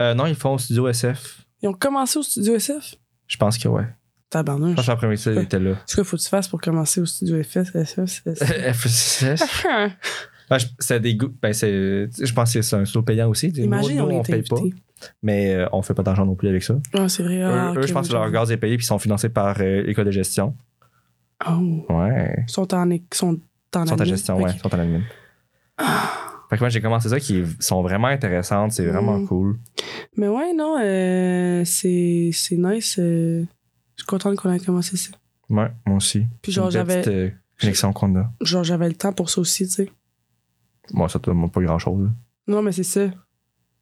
Speaker 4: Euh, non, ils font au studio SF.
Speaker 5: Ils ont commencé au studio SF?
Speaker 4: Je pense que ouais.
Speaker 5: Tabarnouche.
Speaker 4: Je pense que la première fois, ils étaient là.
Speaker 5: Qu'est-ce que faut que tu fasses pour commencer au studio FS, SS,
Speaker 4: FSS. Ouais, Ah, je- c'est des goûts. Ben, c'est, je pense que c'est un studio payant aussi. Nous,
Speaker 5: Imagine,
Speaker 4: nous,
Speaker 5: on,
Speaker 4: on
Speaker 5: était
Speaker 4: paye pas,
Speaker 5: invités.
Speaker 4: mais euh, on fait pas d'argent non plus avec ça.
Speaker 5: Ah, c'est vrai.
Speaker 4: eux,
Speaker 5: ah,
Speaker 4: eux,
Speaker 5: ok,
Speaker 4: je pense que
Speaker 5: oui,
Speaker 4: leur gaz est payé puis ils sont financés par euh, École de gestion.
Speaker 5: Oh.
Speaker 4: Ouais.
Speaker 5: Ils sont en, é- sont en
Speaker 4: Sont à
Speaker 5: admin.
Speaker 4: gestion,
Speaker 5: Ok. Ah.
Speaker 4: ouais, sont en admin. Fait que moi, j'ai commencé ça qui sont vraiment intéressantes, c'est vraiment
Speaker 5: Mm.
Speaker 4: cool.
Speaker 5: Mais ouais, non, euh, c'est c'est nice. euh, je suis contente qu'on ait commencé ça.
Speaker 4: Ouais, moi aussi.
Speaker 5: Puis genre,
Speaker 4: C'est une
Speaker 5: j'avais
Speaker 4: petite euh, connexion qu'on a.
Speaker 5: genre, j'avais le temps pour ça aussi, tu sais.
Speaker 4: Bon, ça te demande pas grand chose.
Speaker 5: Non, mais c'est ça.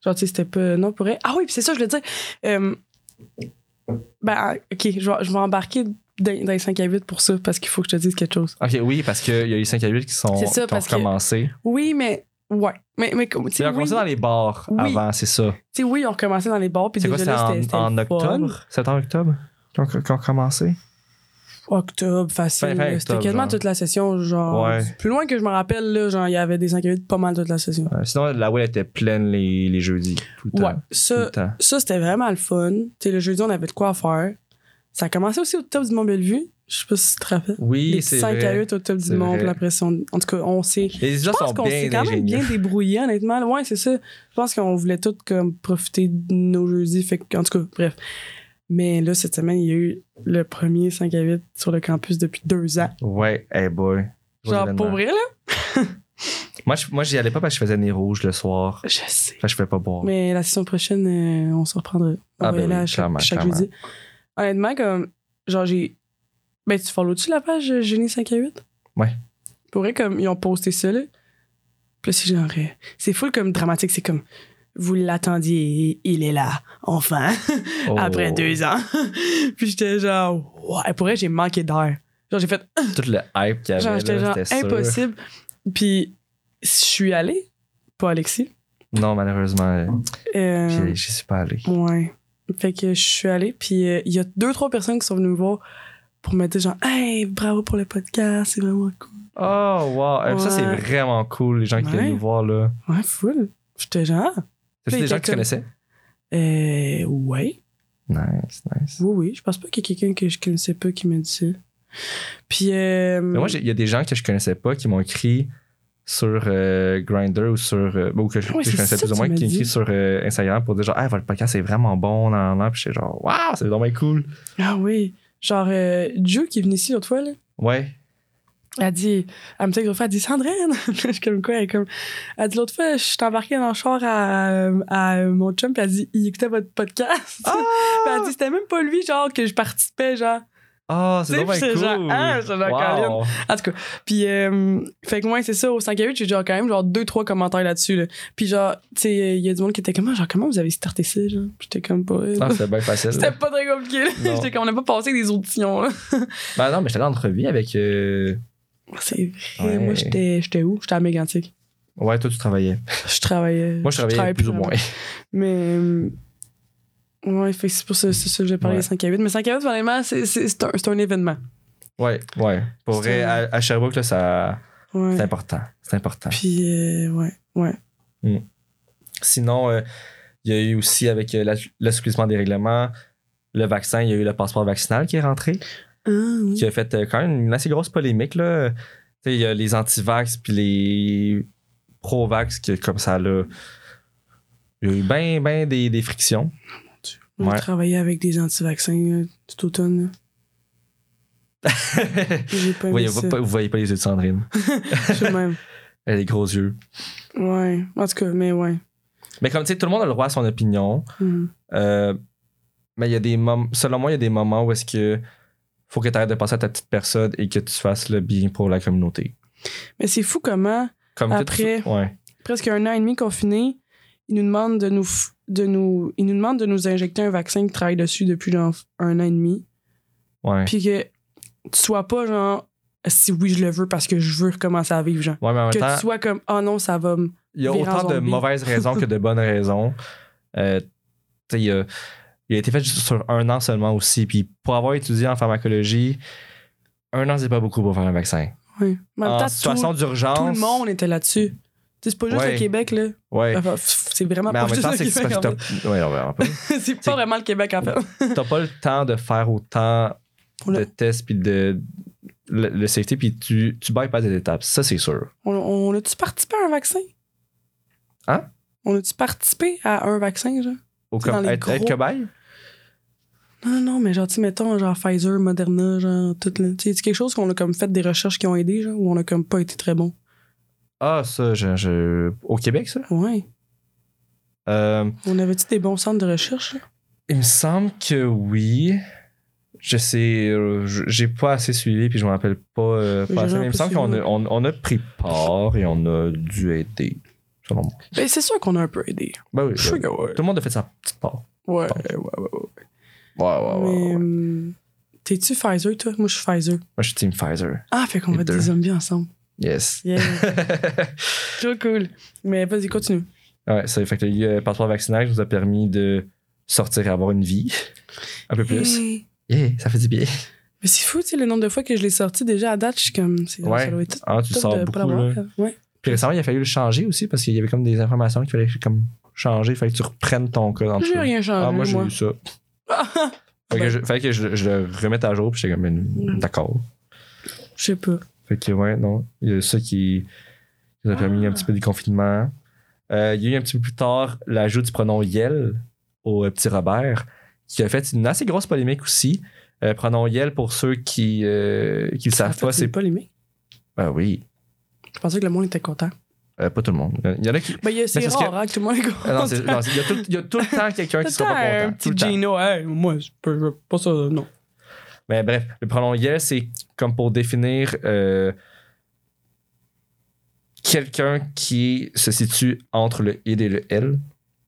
Speaker 5: Genre, tu sais, c'était pas. Non, pour vrai. Ah oui, puis c'est ça, je voulais dire. Euh, ben, ah, ok, je vais, je vais embarquer dans, dans les 5 à 8 pour ça, parce qu'il faut que je te dise quelque chose.
Speaker 4: Ok, oui, parce qu'il y a eu 5 à 8 qui sont
Speaker 5: C'est ça,
Speaker 4: qui ont
Speaker 5: parce que-
Speaker 4: recommencé.
Speaker 5: Oui, mais. Ouais. Mais, mais comme- tu
Speaker 4: Ils
Speaker 5: sais,
Speaker 4: ont
Speaker 5: oui,
Speaker 4: commencé dans les bars
Speaker 5: Oui.
Speaker 4: avant, c'est ça.
Speaker 5: tu sais, oui, on commençait dans les bars, puis
Speaker 4: C'est
Speaker 5: déjà
Speaker 4: quoi, c'est
Speaker 5: là,
Speaker 4: en,
Speaker 5: c'était- c'était
Speaker 4: en
Speaker 5: le fun.
Speaker 4: octobre Septembre-octobre Qu'on qu'on a commencé
Speaker 5: Octobre, facile.
Speaker 4: Fin- fin
Speaker 5: là.
Speaker 4: octobre,
Speaker 5: C'était quasiment
Speaker 4: genre.
Speaker 5: toute la session, genre.
Speaker 4: Ouais.
Speaker 5: Plus loin que je me rappelle, là, genre, il y avait des 5 à 8 pas mal toute la session.
Speaker 4: Euh, Sinon, la whale était pleine les, les jeudis. Tout le temps.
Speaker 5: Ouais.
Speaker 4: Tout
Speaker 5: Ça,
Speaker 4: le temps.
Speaker 5: ça c'était vraiment le fun. Tu sais, le jeudi, on avait de quoi faire. Ça a commencé aussi au top du Mont-Bellevue. Je sais pas si tu te rappelles.
Speaker 4: Oui,
Speaker 5: Les
Speaker 4: c'est
Speaker 5: 5 à
Speaker 4: vrai.
Speaker 5: 8 au top du
Speaker 4: C'est
Speaker 5: monde,
Speaker 4: vrai.
Speaker 5: puis après, ça, on- en tout cas, on s'est.
Speaker 4: Les gens
Speaker 5: Je pense
Speaker 4: sont
Speaker 5: qu'on s'est
Speaker 4: bien
Speaker 5: quand même bien
Speaker 4: ingénieux.
Speaker 5: débrouillé, honnêtement. Ouais, c'est ça. Je pense qu'on voulait tous comme, profiter de nos jeudis. Fait que- en tout cas, bref. Mais là, cette semaine, il y a eu le premier 5 à 8 sur le campus depuis deux ans.
Speaker 4: Ouais, hey boy. Gros
Speaker 5: Genre,
Speaker 4: événement.
Speaker 5: pour vrai, là?
Speaker 4: Moi, je- moi, j'y allais pas parce que je faisais nez rouge le soir.
Speaker 5: Je sais.
Speaker 4: Là, je pouvais pas boire.
Speaker 5: Mais la session prochaine, euh, on se reprendra. On
Speaker 4: Oh. Ah,
Speaker 5: va
Speaker 4: ben
Speaker 5: y aller
Speaker 4: oui,
Speaker 5: à chaque,
Speaker 4: clairement,
Speaker 5: chaque
Speaker 4: clairement.
Speaker 5: jeudi. Honnêtement, comme, genre, j'ai Ben, tu follows-tu la page euh, Génie 5 à 8?
Speaker 4: Ouais.
Speaker 5: Pour vrai, comme ils ont posté ça, là. Puis là, c'est genre. euh, c'est full comme dramatique. C'est comme. Vous l'attendiez, il est là, enfin,
Speaker 4: Oh.
Speaker 5: après deux ans. puis j'étais genre. Ouais, pour vrai, j'ai manqué d'air. Genre, j'ai fait.
Speaker 4: Tout le hype qu'il y avait.
Speaker 5: Genre,
Speaker 4: Eh ben là,
Speaker 5: j'étais genre
Speaker 4: c'était sûr.
Speaker 5: impossible. Puis, je suis allée, pas Alexis.
Speaker 4: Non, malheureusement, euh,
Speaker 5: Euh,
Speaker 4: j'y j'y suis pas allé.
Speaker 5: ouais. Fait que je suis allée, puis euh, il y a deux, trois personnes qui sont venues me voir pour me dire genre, hey, bravo pour le podcast, c'est vraiment cool.
Speaker 4: Oh, wow. Euh, Ça, c'est
Speaker 5: Ouais.
Speaker 4: vraiment cool, les gens qui
Speaker 5: Ouais.
Speaker 4: viennent nous voir, là.
Speaker 5: Ouais, full. J'étais genre, ah,
Speaker 4: C'est
Speaker 5: Puis
Speaker 4: des gens que tu
Speaker 5: quelqu'un-
Speaker 4: connaissais?
Speaker 5: euh, ouais.
Speaker 4: Nice, nice.
Speaker 5: Oui, oui. Je pense pas qu'il y ait quelqu'un que je connaissais pas qui m'a dit ça. Puis, euh,
Speaker 4: Mais moi, j'ai- il y a des gens que je connaissais pas qui m'ont écrit sur euh, Grindr ou sur. euh, ou que je,
Speaker 5: Ah Ouais,
Speaker 4: que je
Speaker 5: c'est
Speaker 4: connaissais
Speaker 5: ça
Speaker 4: plus ou
Speaker 5: que
Speaker 4: moins,
Speaker 5: tu m'as
Speaker 4: qui m'ont écrit
Speaker 5: dit.
Speaker 4: sur euh, Instagram pour dire genre, ah, votre podcast, c'est vraiment bon, nan, nan, nan. Puis j'étais genre, waouh, c'est vraiment cool.
Speaker 5: ah oui. Genre, euh, Joe qui est venue ici l'autre fois, là.
Speaker 4: Ouais.
Speaker 5: Elle dit, elle me dit l'autre fois, elle dit Sandrine. je suis comme quoi, elle est comme. Elle dit l'autre fois, je suis embarquée dans le char à, à mon chum, puis elle dit, il écoutait votre podcast.
Speaker 4: Ah!
Speaker 5: Puis elle dit, c'était même pas lui, genre, que je participais, genre.
Speaker 4: Ah,
Speaker 5: Tu
Speaker 4: c'est
Speaker 5: sais,
Speaker 4: vraiment
Speaker 5: puis
Speaker 4: cool.
Speaker 5: c'est genre, ah, c'est genre Caroline. En tout cas. Puis, euh, fait que moi, c'est ça, au 5 à 8, j'ai genre quand même, genre, deux, trois commentaires là-dessus, là. Puis, genre, tu sais, il y a du monde qui était comme, Ah, genre, comment vous avez starté ça, genre? Puis j'étais comme, pas. euh,
Speaker 4: Ah, c'était bien facile.
Speaker 5: c'était pas très compliqué, là.
Speaker 4: Non.
Speaker 5: J'étais comme, on n'a pas passé des auditions, là.
Speaker 4: Ben non, mais j'étais allé en entrevue avec. euh,
Speaker 5: C'est
Speaker 4: Ouais.
Speaker 5: vrai. Moi, j'étais j'étais où? J'étais à Mégantic.
Speaker 4: Ouais, toi, tu travaillais.
Speaker 5: Je travaillais.
Speaker 4: Moi, je travaillais
Speaker 5: travaillais
Speaker 4: plus ou
Speaker 5: avant.
Speaker 4: moins.
Speaker 5: Mais. euh, Ouais, fait que c'est pour ça, c'est ça que j'ai parlé
Speaker 4: Ouais.
Speaker 5: des 5 à 8. Mais 5 à 8, vraiment, c'est, c'est, c'est un, c'est un événement.
Speaker 4: Ouais, ouais. Pour vrai,
Speaker 5: C'était-
Speaker 4: à, à Sherbrooke, là, ça,
Speaker 5: Ouais.
Speaker 4: c'est important. C'est important.
Speaker 5: Puis, euh, ouais, ouais.
Speaker 4: Sinon, euh, il y a eu aussi avec euh, la- l'assouplissement des règlements, le vaccin, il y a eu le passeport vaccinal qui est rentré,
Speaker 5: Ah, oui.
Speaker 4: qui a fait euh, quand même une assez grosse polémique. Là. Tu sais, Il y a les anti-vax puis les pro-vax qui, comme ça, là, il y a eu bien, bien des, des frictions.
Speaker 5: On
Speaker 4: ouais.
Speaker 5: travaillait avec des anti-vaccins euh, tout automne. là. J'ai pas
Speaker 4: Vous voyez,
Speaker 5: aimé ça.
Speaker 4: pas, vous voyez pas les yeux de Sandrine.
Speaker 5: Je suis de même.
Speaker 4: Elle a des gros yeux.
Speaker 5: Ouais. En tout cas, mais ouais.
Speaker 4: Mais comme tu sais, tout le monde a le droit à son opinion.
Speaker 5: Mhm.
Speaker 4: Euh, mais il y a des moments, selon moi, il y a des moments où est-ce que faut que tu arrêtes de penser à ta petite personne et que tu fasses le bien pour la communauté.
Speaker 5: Mais c'est fou comment,
Speaker 4: Comme tout-
Speaker 5: Après-
Speaker 4: ouais.
Speaker 5: presque un an et demi confiné, ils nous demandent de nous, f- de nous, ils nous, demandent de nous injecter un vaccin qui travaille dessus depuis genre un an et demi.
Speaker 4: Ouais.
Speaker 5: puis que tu sois pas genre si oui je le veux parce que je veux recommencer à vivre genre
Speaker 4: Ouais, mais en même
Speaker 5: que
Speaker 4: temps,
Speaker 5: tu sois comme oh non ça va me
Speaker 4: il y a
Speaker 5: virer en
Speaker 4: autant de
Speaker 5: zombie.
Speaker 4: mauvaises raisons que de bonnes raisons. Euh, tu sais, il, a- il a été fait juste sur un an seulement aussi. Puis pour avoir étudié en pharmacologie, un an, c'est pas beaucoup pour faire un vaccin.
Speaker 5: ouais. Mais en même
Speaker 4: en
Speaker 5: temps,
Speaker 4: Ah, situation
Speaker 5: tout,
Speaker 4: d'urgence.
Speaker 5: tout le monde Euh, était là-dessus Tu sais, c'est pas juste
Speaker 4: Ouais.
Speaker 5: le Québec là
Speaker 4: Ouais.
Speaker 5: Enfin, pff, c'est vraiment
Speaker 4: Mais
Speaker 5: pas
Speaker 4: en même
Speaker 5: juste
Speaker 4: temps,
Speaker 5: le
Speaker 4: c'est c'est
Speaker 5: Québec
Speaker 4: parce
Speaker 5: en
Speaker 4: que t'as- ouais, non, vraiment pas.
Speaker 5: fait. c'est pas vraiment le Québec en fait
Speaker 4: t'as pas le temps de faire autant
Speaker 5: On l'a-
Speaker 4: de tests puis de le, le safety puis tu tu bypasses des étapes ça c'est sûr
Speaker 5: on, on a-tu participé à un vaccin
Speaker 4: Hein?
Speaker 5: on a-tu participé à un vaccin genre
Speaker 4: au
Speaker 5: C'est dans les
Speaker 4: être,
Speaker 5: gros-
Speaker 4: être cobaye
Speaker 5: non non, non mais genre tu sais, mettons genre Pfizer Moderna genre tout le tu sais quelque chose qu'on a comme fait des recherches qui ont aidé genre où on a comme pas été très bon
Speaker 4: ah ça je, je- au Québec ça
Speaker 5: ouais
Speaker 4: Euh,
Speaker 5: on avait-tu des bons centres de recherche là?
Speaker 4: il me semble que oui je sais euh, je- j'ai pas assez suivi puis je me rappelle pas, euh,
Speaker 5: Mais
Speaker 4: pas
Speaker 5: j'ai
Speaker 4: assez, mais il me
Speaker 5: pas
Speaker 4: semble qu'on
Speaker 5: suivi.
Speaker 4: a, on, on a pris part et on a dû aider selon moi
Speaker 5: Ben, c'est sûr qu'on a un peu aidé.
Speaker 4: Ben oui,
Speaker 5: Je
Speaker 4: euh,
Speaker 5: sais que ouais.
Speaker 4: tout le monde a fait sa petite part
Speaker 5: Ouais,
Speaker 4: pense.
Speaker 5: ouais, ouais, ouais.
Speaker 4: ouais ouais ouais,
Speaker 5: Mais,
Speaker 4: ouais.
Speaker 5: hum, T'es-tu Pfizer, toi? Moi, je suis Pfizer.
Speaker 4: moi je suis team Pfizer
Speaker 5: Ah, fait qu'on
Speaker 4: Les
Speaker 5: va être
Speaker 4: deux.
Speaker 5: des zombies ensemble.
Speaker 4: yes
Speaker 5: Yeah. Trop cool. Mais vas-y, continue.
Speaker 4: Ouais, ça fait que le passeport vaccinal nous a permis de sortir et avoir une vie. Un peu plus.
Speaker 5: Hey.
Speaker 4: Yeah, ça fait du bien.
Speaker 5: Mais c'est fou, tu sais, le nombre de fois que je l'ai sorti déjà à date, je suis comme. c'est-
Speaker 4: Ouais.
Speaker 5: Ça doit être tout
Speaker 4: Ah, tu
Speaker 5: top
Speaker 4: sors
Speaker 5: de
Speaker 4: beaucoup.
Speaker 5: pas l'avoir.
Speaker 4: là.
Speaker 5: Ouais.
Speaker 4: Puis récemment, il a fallu le changer aussi parce qu'il y avait comme des informations qu'il fallait comme changer. Il fallait que tu reprennes ton code en
Speaker 5: J'ai rien changé,
Speaker 4: Ah, moi,
Speaker 5: moi.
Speaker 4: j'ai eu ça. Fait que,
Speaker 5: Ben.
Speaker 4: je, fallait que je, je le remette à jour. Puis j'étais comme, ben,
Speaker 5: Mm.
Speaker 4: d'accord.
Speaker 5: Je sais pas.
Speaker 4: Fait que, ouais, non. Il y a ça qui qui nous a permis
Speaker 5: Ah.
Speaker 4: un petit peu de confinement. Euh, il y a eu un petit peu plus tard l'ajout du pronom Yel au euh, petit Robert, qui a fait une assez grosse polémique aussi. Euh, pronom Yel, pour ceux qui ne qui le
Speaker 5: En
Speaker 4: savent
Speaker 5: fait,
Speaker 4: pas,
Speaker 5: c'est
Speaker 4: c'est.
Speaker 5: pas les mecs.
Speaker 4: Ah oui,
Speaker 5: Je pensais que le monde était content.
Speaker 4: euh, pas tout le monde. Il y en a qui.
Speaker 5: Ben, il y a- c'est
Speaker 4: c'est ce
Speaker 5: rare hein, que... tout le monde est
Speaker 4: Ah
Speaker 5: content.
Speaker 4: non, c'est- non, c'est- il, y a tout, il y a tout le temps quelqu'un qui
Speaker 5: T'as
Speaker 4: sera pas
Speaker 5: un
Speaker 4: content. Tout
Speaker 5: petit
Speaker 4: le temps.
Speaker 5: Gino, hey, moi, je peux je veux pas ça, non.
Speaker 4: Mais bref, le pronom yel, c'est comme pour définir euh, quelqu'un qui se situe entre le il et le elle,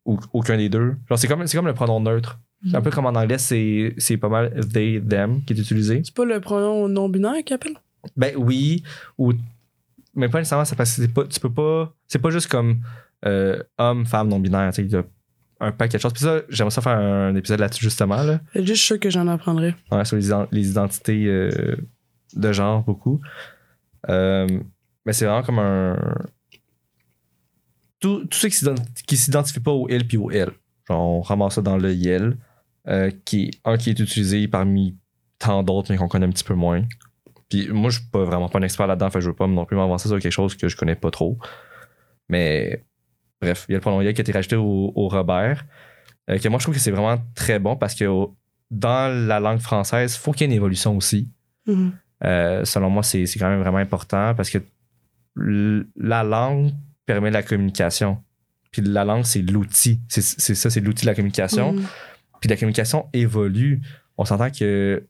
Speaker 4: ou aucun des deux. Genre, c'est comme, c'est comme le pronom neutre. C'est un peu comme en anglais, c'est, c'est pas mal they, them qui est utilisé.
Speaker 5: C'est pas le pronom non-binaire qu'ils appellent?
Speaker 4: Ben oui, ou mais pas nécessairement, c'est parce que c'est pas, tu peux pas. C'est pas juste comme euh, homme, femme, non-binaire. tu sais, Il y a un paquet de choses. Puis ça, j'aimerais ça faire un épisode là-dessus justement. Là.
Speaker 5: Je suis sûr que j'en apprendrai.
Speaker 4: Ouais, sur les, ident- les identités euh, de genre beaucoup. Euh, mais c'est vraiment comme un. Tout, tous ceux qui s'ident- qui s'identifient pas au il puis au elle. Genre, on ramasse ça dans le yel, euh, qui est un qui est utilisé parmi tant d'autres, mais qu'on connaît un petit peu moins. Puis moi, je suis pas vraiment pas un expert là-dedans, fait que je veux pas non plus m'avancer sur quelque chose que je connais pas trop. Mais bref, il y a le pronom yel qui a été rajouté au, au Robert, euh, que moi je trouve que c'est vraiment très bon parce que au- dans la langue française, faut qu'il y ait une évolution aussi.
Speaker 5: Mhm.
Speaker 4: Euh, selon moi, c'est c'est quand même vraiment important parce que l- la langue permet la communication. Puis la langue, c'est l'outil. C'est c'est ça, c'est l'outil de la communication.
Speaker 5: Mhm.
Speaker 4: Puis la communication évolue. On s'entend que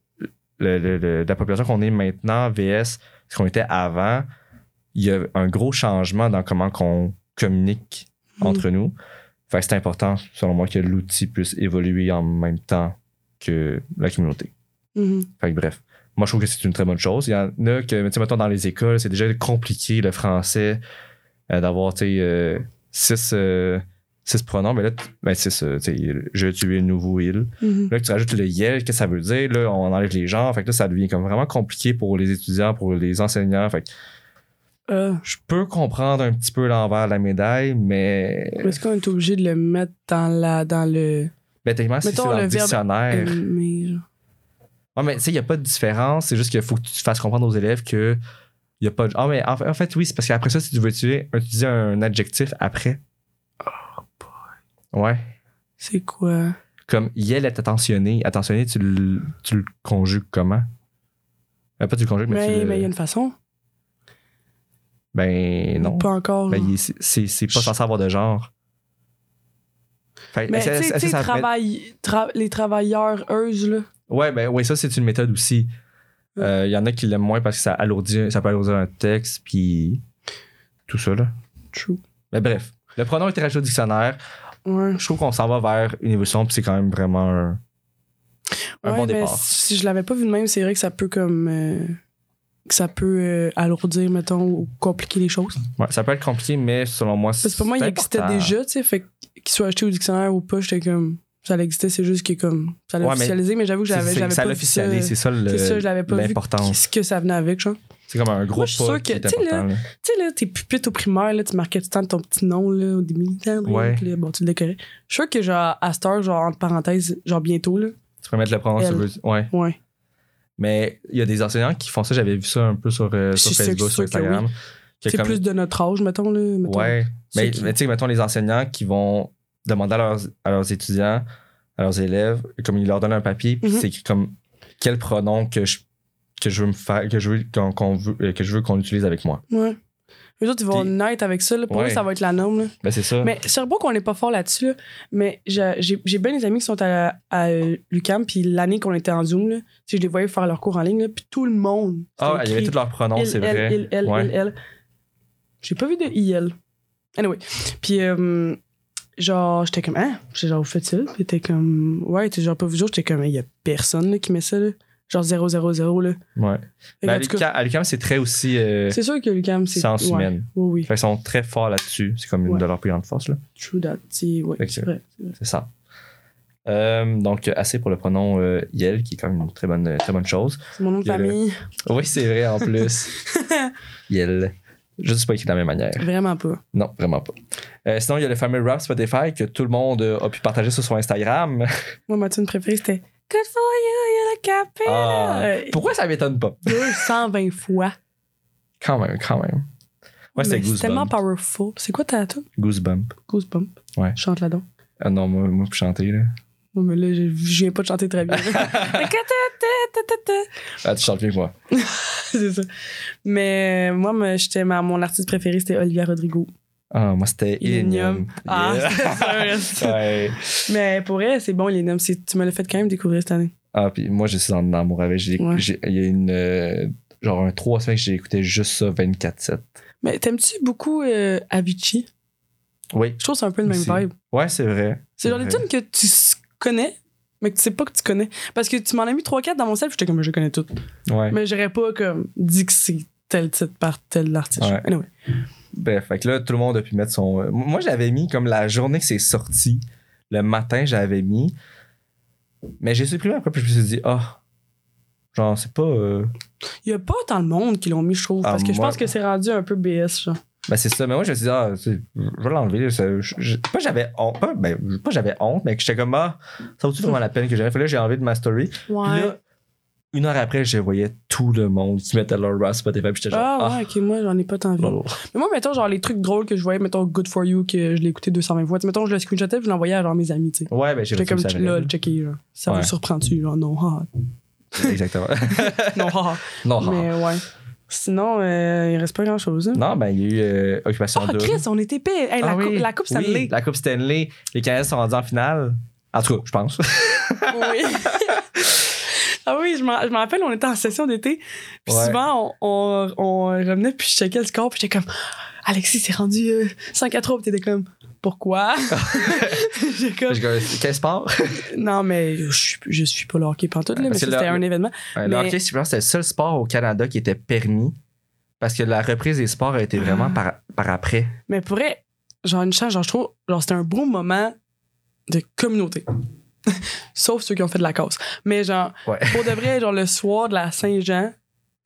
Speaker 4: le- le- le- la population qu'on est maintenant, VS, ce qu'on était avant, il y a un gros changement dans comment qu'on communique entre nous. Fait que c'est important, selon moi, que l'outil puisse évoluer en même temps que la communauté.
Speaker 5: Mhm.
Speaker 4: Fait que bref, moi je trouve que c'est une très bonne chose. Il y en a que, tu sais, mettons dans les écoles, c'est déjà compliqué le français euh, d'avoir, tu sais, euh, six, euh, six pronoms, mais là, tu- ben, six, euh, tu sais, je tué le nouveau il.
Speaker 5: Mhm.
Speaker 4: Là, que tu rajoutes le yel, qu'est-ce que ça veut dire? Là, on enlève les genres. Fait que là, ça devient comme vraiment compliqué pour les étudiants, pour les enseignants. Fait que
Speaker 5: Ah.
Speaker 4: je peux comprendre un petit peu l'envers de la médaille, mais.
Speaker 5: Mais Est-ce qu'on est obligé de le mettre dans la dans le
Speaker 4: Ben, techniquement, si c'est
Speaker 5: Mettons
Speaker 4: dans
Speaker 5: le
Speaker 4: le
Speaker 5: verbe
Speaker 4: dictionnaire.
Speaker 5: aimer, genre.
Speaker 4: Ouais, mais tu sais, il n'y a pas de différence. C'est juste qu'il faut que tu fasses comprendre aux élèves que il a pas de. Ah, mais en fait, en fait, oui, c'est parce qu'après ça, si tu veux utiliser, utiliser un adjectif après. Ouais.
Speaker 5: C'est quoi
Speaker 4: Comme Yel est attentionné. Attentionné, tu le, tu le conjugues comment Euh, Pas tu le conjugues, mais, tu
Speaker 5: Mais
Speaker 4: le-
Speaker 5: mais il ben, y a une façon.
Speaker 4: Ben non.
Speaker 5: Pas encore.
Speaker 4: Ben,
Speaker 5: genre.
Speaker 4: il est- c'est c'est pas censé avoir de genre. Fait-
Speaker 5: Mais
Speaker 4: est-ce-
Speaker 5: Ben,
Speaker 4: est-ce
Speaker 5: tu sais, tu
Speaker 4: que
Speaker 5: sais,
Speaker 4: ça-
Speaker 5: travail- tra- les travailleurs, eux, là.
Speaker 4: Ouais, ben ouais, ça c'est une méthode aussi. Euh, Il y en a qui l'aiment moins parce que ça alourdit, ça peut alourdir un texte, puis tout ça là.
Speaker 5: True.
Speaker 4: Mais bref, le pronom est rajouté au dictionnaire.
Speaker 5: Ouais.
Speaker 4: Je trouve qu'on s'en va vers une évolution, puis c'est quand même vraiment un, un
Speaker 5: Ouais,
Speaker 4: bon
Speaker 5: mais
Speaker 4: départ.
Speaker 5: Si je l'avais pas vu de même, c'est vrai que ça peut comme. euh, que ça peut euh, alourdir, mettons, ou compliquer les choses.
Speaker 4: Ouais, ça peut être compliqué, mais selon moi, c'est
Speaker 5: Parce que pour moi, il existait
Speaker 4: important.
Speaker 5: déjà, tu sais, fait que qu'il soit acheté au dictionnaire ou pas, j'étais comme. Ça existait, c'est juste que comme. Ça l'a
Speaker 4: Ouais, mais
Speaker 5: officialisé, mais, j'avoue que
Speaker 4: C'est-
Speaker 5: j'avais
Speaker 4: c'est-
Speaker 5: j'avais
Speaker 4: Ça
Speaker 5: pas
Speaker 4: l'a
Speaker 5: vu ça.
Speaker 4: officialisé, c'est ça le-
Speaker 5: C'est ça, je l'avais pas vu.
Speaker 4: l'importance.
Speaker 5: Qu'est-ce que ça venait avec, genre?
Speaker 4: C'est comme un gros
Speaker 5: je suis
Speaker 4: pas
Speaker 5: sûre
Speaker 4: qui
Speaker 5: que,
Speaker 4: est
Speaker 5: tu sais, là,
Speaker 4: important. là.
Speaker 5: Tu sais, là, tes pupitres au primaire, là, tu marquais tout le temps ton petit nom, là, au début, André,
Speaker 4: Ouais.
Speaker 5: puis là, bon, tu le décorais. Je suis sûr que, genre, à cette heure, genre, entre parenthèses, genre, bientôt, là.
Speaker 4: Tu peux mettre le pronom si tu
Speaker 5: Elle.
Speaker 4: veux. Ouais.
Speaker 5: Ouais.
Speaker 4: Mais il y a des enseignants qui font ça. J'avais vu ça un peu sur, euh,
Speaker 5: Je
Speaker 4: sur
Speaker 5: suis sûre-
Speaker 4: Facebook,
Speaker 5: je suis
Speaker 4: sur
Speaker 5: sûre que
Speaker 4: Instagram. que
Speaker 5: C'est
Speaker 4: comme-
Speaker 5: plus de notre âge, mettons, là. mettons.
Speaker 4: Ouais.
Speaker 5: Ceux
Speaker 4: Mais,
Speaker 5: qui-
Speaker 4: mais tu sais, mettons les enseignants qui vont demander à leurs, à leurs étudiants, à leurs élèves, comme ils leur donnent un papier, puis
Speaker 5: Mhm.
Speaker 4: c'est écrit comme quel pronom que je, que je veux me faire, que je veux qu'on qu'on veut- euh, que je veux qu'on utilise avec moi.
Speaker 5: Ouais. Eux autres, ils vont
Speaker 4: Puis-
Speaker 5: naître avec ça. Là. Pour
Speaker 4: Ouais.
Speaker 5: eux, ça va être la norme. Là.
Speaker 4: Ben c'est ça.
Speaker 5: Mais Sherbrooke, on n'est pas fort là-dessus. là. Mais j'ai j'ai- j'ai bien des amis qui sont à, à l'UCAM. Puis l'année qu'on était en Zoom, là, tu sais, je les voyais faire leurs cours en ligne. là, puis tout le monde.
Speaker 4: ah,
Speaker 5: c'était
Speaker 4: il y avait
Speaker 5: écrit
Speaker 4: tous leurs pronoms,
Speaker 5: il,
Speaker 4: c'est
Speaker 5: elle,
Speaker 4: vrai.
Speaker 5: Il, elle,
Speaker 4: Ouais.
Speaker 5: il, elle. J'ai pas vu de IL. Anyway. Puis, euh, genre, j'étais comme, hein? J'étais genre, vous faites ça? Puis, t'es comme, ouais, t'es genre pas vu jour. J'étais comme, il y a personne là, qui met ça, là. Genre 000, là.
Speaker 4: Ouais.
Speaker 5: Fait
Speaker 4: Ben,
Speaker 5: qu'en
Speaker 4: à
Speaker 5: tout
Speaker 4: l'UQAM-
Speaker 5: cas,
Speaker 4: à l'UQAM, c'est très aussi euh,
Speaker 5: c'est sûr que l'UCAM, c'est.
Speaker 4: sciences
Speaker 5: ouais.
Speaker 4: humaines.
Speaker 5: Oui, oui.
Speaker 4: Fait qu'ils sont très forts là-dessus. C'est comme une
Speaker 5: Ouais. Mm.
Speaker 4: de leurs plus grandes forces. là.
Speaker 5: True that. C'est ouais,
Speaker 4: Fait que-
Speaker 5: c'est vrai. c'est vrai.
Speaker 4: C'est ça. Euh, donc, assez pour le pronom euh, Yel, qui est quand même une très bonne, très bonne chose.
Speaker 5: C'est mon nom de
Speaker 4: Il y a le-
Speaker 5: famille.
Speaker 4: Oui, c'est vrai en plus. Yel. Je ne suis pas écrit de la même manière.
Speaker 5: Vraiment pas.
Speaker 4: Non, vraiment pas. Euh, sinon, il y a le fameux rap Spotify que tout le monde euh, a pu partager sur son Instagram.
Speaker 5: Moi, ma tune préférée, c'était Good for you, you're Euh, a
Speaker 4: Ah,
Speaker 5: capella.
Speaker 4: pourquoi ça m'étonne pas?
Speaker 5: 220 fois.
Speaker 4: Quand même, quand même. Moi, c'était
Speaker 5: Mais c'est tellement
Speaker 4: Goosebump.
Speaker 5: powerful. C'est quoi ta tune?
Speaker 4: Goosebump.
Speaker 5: Goosebump.
Speaker 4: Ouais.
Speaker 5: Chante la donc.
Speaker 4: Ah non, moi, moi, je chantais, là.
Speaker 5: Ouais, mais là, je, je viens pas de chanter très bien.
Speaker 4: Ah, tu chantes mieux que moi.
Speaker 5: c'est ça. Mais euh, moi, me- j'étais ma- mon artiste préféré, c'était Olivia Rodrigo.
Speaker 4: Ah, moi, c'était
Speaker 5: Illenium.
Speaker 4: Illenium.
Speaker 5: Ah,
Speaker 4: Yeah.
Speaker 5: c'est ça, reste.
Speaker 4: Ouais.
Speaker 5: Mais pour elle, c'est bon, Illenium. C'est- Tu me l'as fait quand même découvrir cette année.
Speaker 4: Ah, puis moi, je suis en amour avec. j'ai-
Speaker 5: Ouais.
Speaker 4: j'ai- Il y a une. euh, genre, un 3 semaines que j'ai écouté juste ça 24-7.
Speaker 5: Mais t'aimes-tu beaucoup euh, Avicii?
Speaker 4: Oui.
Speaker 5: Je trouve que c'est un peu le même
Speaker 4: Aussi.
Speaker 5: vibe.
Speaker 4: Ouais, c'est vrai.
Speaker 5: C'est genre des
Speaker 4: vrai.
Speaker 5: tunes que tu s- connais, mais que tu sais pas que tu connais. Parce que tu m'en as mis 3-4 dans mon self, j'étais comme, je connais toutes.
Speaker 4: Ouais.
Speaker 5: Mais j'aurais pas comme dit que c'est tel titre par tel artiste.
Speaker 4: Ouais.
Speaker 5: Anyway.
Speaker 4: Bref, Ben, fait que là, tout le monde a pu mettre son. euh, Moi, j'avais mis comme la journée que c'est sorti, le matin, j'avais mis. Mais j'ai supprimé après, puis je me suis dit, ah, genre, c'est pas. euh,
Speaker 5: Il y a pas tant de monde qui l'ont mis, je trouve.
Speaker 4: Ah,
Speaker 5: parce que je
Speaker 4: moi-
Speaker 5: pense que c'est rendu un peu BS, genre.
Speaker 4: Ben, c'est ça. Mais moi, je me suis dit, ah, tu sais, je vais l'enlever. ça- je- je- Pas j'avais honte, pas, ben, pas j'avais honte, mais que j'étais comme, ah, ça vaut-tu vraiment la peine que j'avais fait? Là, j'ai enlevé de ma story. Puis là, une heure après, je voyais tout le monde qui mettait leur rap Spotify, puis j'étais genre,
Speaker 5: Ah,
Speaker 4: ah,
Speaker 5: ouais, ok, moi j'en ai pas tant vu.
Speaker 4: bon.
Speaker 5: Mais moi, mettons, genre les trucs drôles que je voyais, mettons Good for You, que je l'ai écouté 220 fois. Tu sais, Mettons, je le screenshotais, puis je l'envoyais à genre mes amis, tu sais.
Speaker 4: Ouais, ben, j'ai
Speaker 5: J'étais
Speaker 4: reçu
Speaker 5: comme,
Speaker 4: ça.
Speaker 5: là, le checker, genre. Ça
Speaker 4: Ouais.
Speaker 5: vous surprend-tu, genre, non, ha.
Speaker 4: Exactement.
Speaker 5: Non, ha.
Speaker 4: non,
Speaker 5: ha.
Speaker 4: non.
Speaker 5: Mais euh, ouais. Sinon, euh, il reste pas grand-chose. hein.
Speaker 4: Ah. Non, ben, il y a eu euh, Occupation
Speaker 5: Ah,
Speaker 4: 2.
Speaker 5: Chris, on était épais. Hey, la,
Speaker 4: Ah oui,
Speaker 5: coupe, la coupe, ça
Speaker 4: oui,
Speaker 5: l'est.
Speaker 4: La Coupe Stanley. Les Canadiens sont rendus en finale. En tout cas, je pense.
Speaker 5: Oui. ah oui, je m'en je m'en rappelle, on était en session d'été. Puis
Speaker 4: Ouais.
Speaker 5: souvent, on, on, on revenait, puis je checkais le score, puis j'étais comme Alexis, c'est rendu euh, 5 à 3, puis t'étais comme Pourquoi J'ai comme
Speaker 4: J'ai comme, Quel sport?
Speaker 5: Non, mais je, suis- je suis pas le hockey pantoute,
Speaker 4: Ouais,
Speaker 5: là, mais
Speaker 4: parce
Speaker 5: ça,
Speaker 4: que
Speaker 5: c'était
Speaker 4: le-
Speaker 5: un événement.
Speaker 4: Euh,
Speaker 5: Mais-
Speaker 4: Le hockey, c'est vraiment- c'est le seul sport au Canada qui était permis. Parce que la reprise des sports a été vraiment par, par après.
Speaker 5: Mais pour vrai, genre, une chance, genre, je trouve, genre, c'était un beau moment de communauté. Sauf ceux qui ont fait de la cause. Mais genre,
Speaker 4: Ouais.
Speaker 5: pour de vrai, genre, le soir de la Saint-Jean,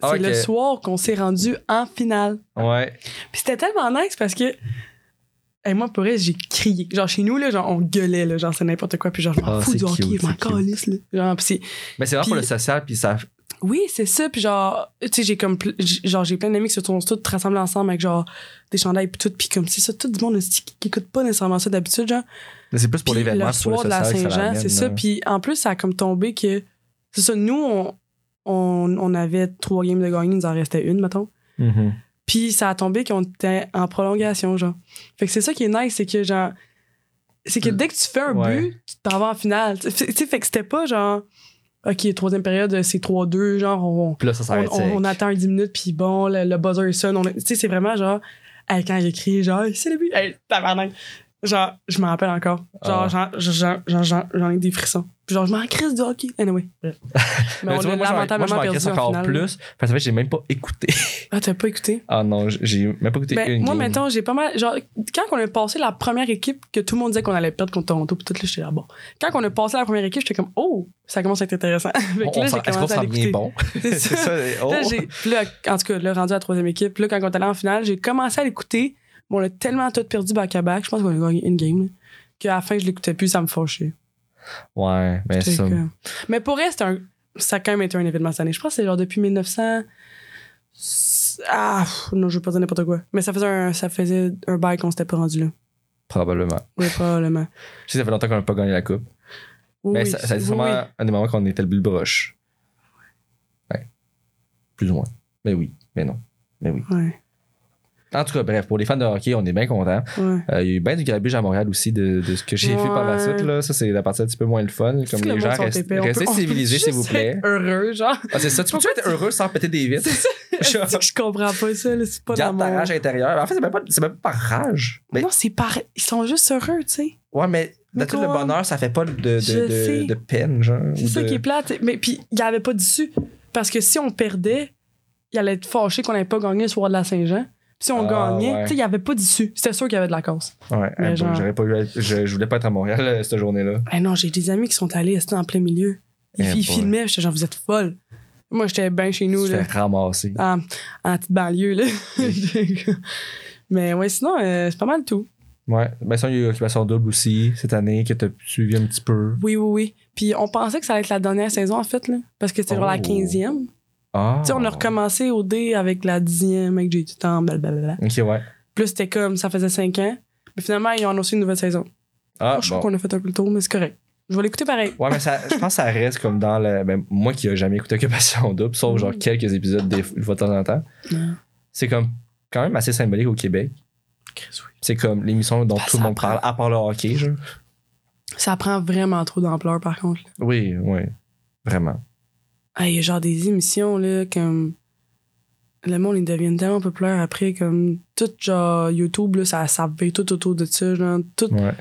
Speaker 5: c'est
Speaker 4: Ah,
Speaker 5: le
Speaker 4: ok.
Speaker 5: soir qu'on s'est rendu en finale.
Speaker 4: Ouais.
Speaker 5: Puis c'était tellement nice parce que. et moi, pour vrai, j'ai crié. Genre, chez nous, là, genre, on gueulait, là, genre, c'est n'importe quoi. Puis genre, je m'en
Speaker 4: Ah,
Speaker 5: fous
Speaker 4: c'est
Speaker 5: du hockey,
Speaker 4: cute,
Speaker 5: je m'en
Speaker 4: c'est cute.
Speaker 5: calisse, là. Genre, puis c'est-
Speaker 4: Mais c'est vraiment
Speaker 5: Puis-
Speaker 4: pour le social, puis ça.
Speaker 5: Oui, c'est ça. Puis genre, tu sais, j'ai comme. ple- j- Genre, j'ai plein d'amis qui se sont tous rassemblés ensemble avec, genre, des chandails, puis tout. Puis comme, c'est ça, tout du monde aussi qui, qui écoute pas nécessairement ça d'habitude, genre.
Speaker 4: Mais c'est plus pour
Speaker 5: Puis
Speaker 4: l'événement,
Speaker 5: le
Speaker 4: c'est pour le
Speaker 5: soir
Speaker 4: social.
Speaker 5: de la
Speaker 4: que
Speaker 5: Saint-Jean,
Speaker 4: l'amène,
Speaker 5: c'est ça.
Speaker 4: là.
Speaker 5: Puis en plus, ça a comme tombé que. C'est ça, nous, on, on, on avait trois games de gagné, il nous en restait une, mettons.
Speaker 4: Mhm.
Speaker 5: Puis ça a tombé qu'on était en prolongation, genre. Fait que c'est ça qui est nice, c'est que genre. C'est que dès que tu fais un
Speaker 4: Mm. Ouais.
Speaker 5: but, tu t'en vas en finale. Tu sais, tu sais, fait que c'était pas genre. Ok, troisième période, c'est 3-2, genre, on,
Speaker 4: Puis là, ça
Speaker 5: on,
Speaker 4: s'arrête.
Speaker 5: on- on attend un 10 minutes, puis bon, le, le buzzer sonne. on est- Tu sais, c'est vraiment genre. hey, quand j'écris, genre, Hey, c'est le but, hey, tabarnak. Genre, je m'en rappelle encore. Genre,
Speaker 4: Ah.
Speaker 5: j'en- j'en j'en- j'en- j'en ai des frissons. Puis genre, je m'en crisse du hockey. Anyway. bref. Mais,
Speaker 4: Mais
Speaker 5: on
Speaker 4: tu vois, moi,
Speaker 5: l'a
Speaker 4: j'en- moi, je
Speaker 5: lamentablement
Speaker 4: m'en
Speaker 5: perdu
Speaker 4: crisse
Speaker 5: en
Speaker 4: encore
Speaker 5: finale.
Speaker 4: plus. Parce que j'ai même pas écouté.
Speaker 5: Ah, t'as pas écouté?
Speaker 4: Ah non, j'ai même pas écouté
Speaker 5: Ben,
Speaker 4: une
Speaker 5: moi,
Speaker 4: game.
Speaker 5: mettons, j'ai pas mal. Genre, quand on a passé la première équipe, que tout le monde disait qu'on allait perdre contre Toronto, puis tout, là, j'étais là, bon. Quand on a passé la première équipe, j'étais comme, oh, ça commence à être intéressant. Fait
Speaker 4: On-
Speaker 5: que
Speaker 4: on
Speaker 5: là,
Speaker 4: s'en-
Speaker 5: j'ai
Speaker 4: Est-ce qu'on
Speaker 5: commencé à
Speaker 4: s'en vient
Speaker 5: l'écouter.
Speaker 4: bon?
Speaker 5: C'est
Speaker 4: C'est
Speaker 5: ça.
Speaker 4: ça. oh.
Speaker 5: Là, j'ai- puis là, en tout cas, là, rendu à la troisième équipe, puis là, quand on est allé en finale, j'ai commencé à l'écouter. Bon, on a tellement tout perdu back-à-back, je pense qu'on a gagné une game, là, qu'à la fin, je l'écoutais plus, ça me fâchait.
Speaker 4: Ouais, mais
Speaker 5: J'étais
Speaker 4: ça.
Speaker 5: comme- Mais pour elle, c'était un- ça a quand même été un événement cette année. Je pense que c'est genre depuis 1900. Ah, pff, non, je veux pas dire n'importe quoi. Mais ça faisait un, ça faisait un bail qu'on s'était pas rendu là.
Speaker 4: Probablement.
Speaker 5: Oui, probablement.
Speaker 4: Je sais, ça fait longtemps qu'on n'a pas gagné la Coupe.
Speaker 5: Oui,
Speaker 4: mais Ben,
Speaker 5: oui,
Speaker 4: ça, ça a été
Speaker 5: oui,
Speaker 4: sûrement
Speaker 5: oui.
Speaker 4: un des moments qu'on était le bulle broche. Ouais. Plus ou moins. Mais oui, mais non.
Speaker 5: Ouais,
Speaker 4: En tout cas, bref, pour les fans de hockey, on est bien contents.
Speaker 5: ouais.
Speaker 4: Euh, Il y a eu bien du grabuge à Montréal aussi de, de ce que j'ai fait par la
Speaker 5: Ouais.
Speaker 4: suite. Là. Ça, c'est la partie un petit peu moins le fun.
Speaker 5: Si
Speaker 4: Comme
Speaker 5: le
Speaker 4: les
Speaker 5: monde
Speaker 4: gens,
Speaker 5: sont
Speaker 4: restent-
Speaker 5: épais, on peut-
Speaker 4: restez
Speaker 5: on peut
Speaker 4: civilisés, s'il vous
Speaker 5: juste
Speaker 4: plaît.
Speaker 5: être Heureux, genre.
Speaker 4: Ah, c'est ça. Tu peux-tu être heureux sans péter des vitres? Genre,
Speaker 5: C'est que je comprends pas ça, là, c'est pas dans
Speaker 4: Garde ta
Speaker 5: mon-
Speaker 4: rage intérieure. En fait, c'est même, pas- c'est même pas par rage. Mais,
Speaker 5: Non, c'est par. Ils sont juste heureux, tu sais.
Speaker 4: ouais, mais
Speaker 5: Mais
Speaker 4: dans tout le
Speaker 5: quoi?
Speaker 4: bonheur, ça fait pas de, de,
Speaker 5: Je sais.
Speaker 4: de, de peine, genre.
Speaker 5: C'est
Speaker 4: ou
Speaker 5: ça
Speaker 4: de-
Speaker 5: qui est plate. Mais puis, il n'y avait pas d'issue. Parce que si on perdait, il allait être fâché qu'on n'avait pas gagné le soir de la Saint-Jean. Puis si on
Speaker 4: Ah,
Speaker 5: gagnait,
Speaker 4: ouais.
Speaker 5: tu sais, il n'y avait pas d'issue. C'était sûr qu'il y avait de la casse.
Speaker 4: Ouais,
Speaker 5: Mais
Speaker 4: hein,
Speaker 5: genre-
Speaker 4: j'aurais pas eu à- je, je voulais pas être à Montréal euh, cette journée-là.
Speaker 5: Ah non, j'ai des amis qui sont allés, c'était en plein milieu. Ils,
Speaker 4: Eh
Speaker 5: ils
Speaker 4: boy.
Speaker 5: filmaient, j'étais genre, vous êtes folle. Moi, j'étais bien chez nous.
Speaker 4: Tu
Speaker 5: Là.
Speaker 4: fais ramasser.
Speaker 5: en, en petite banlieue. Là. Mais ouais, sinon, euh, c'est pas mal tout.
Speaker 4: Ouais. Ben, ça, il y a eu Occupation Double aussi cette année que t'as suivi un petit peu.
Speaker 5: Oui, oui, oui. Puis on pensait que ça allait être la dernière saison, en fait, là, parce que c'était genre la
Speaker 4: Oh.
Speaker 5: 15e.
Speaker 4: Ah.
Speaker 5: Tu sais, on a recommencé au D avec la 10e, avec j'ai du temps, blablabla.
Speaker 4: Ok, ouais.
Speaker 5: Plus c'était comme ça faisait 5 ans. Mais finalement, ils ont annoncé une nouvelle saison.
Speaker 4: Ah,
Speaker 5: je
Speaker 4: bon.
Speaker 5: trouve qu'on a fait un peu le tour, mais c'est correct. Je vais l'écouter pareil.
Speaker 4: Ouais, mais ça, je pense que ça reste comme dans le. Ben, moi qui n'ai jamais écouté Occupation Double, sauf
Speaker 5: Mm.
Speaker 4: genre quelques épisodes des, une fois de temps en temps,
Speaker 5: Non.
Speaker 4: c'est comme quand même assez symbolique au Québec.
Speaker 5: Chris, oui.
Speaker 4: C'est comme l'émission dont
Speaker 5: Ben,
Speaker 4: tout le
Speaker 5: ça
Speaker 4: monde parle, à part le hockey, genre.
Speaker 5: Ça prend vraiment trop d'ampleur, par contre. là.
Speaker 4: Oui, oui. Vraiment.
Speaker 5: Ah, il y a genre des émissions, là, comme. Le monde, ils deviennent tellement populaires après, comme. Tout, genre, YouTube, là, ça, ça veille tout autour de ça, genre. Tout.
Speaker 4: Ouais.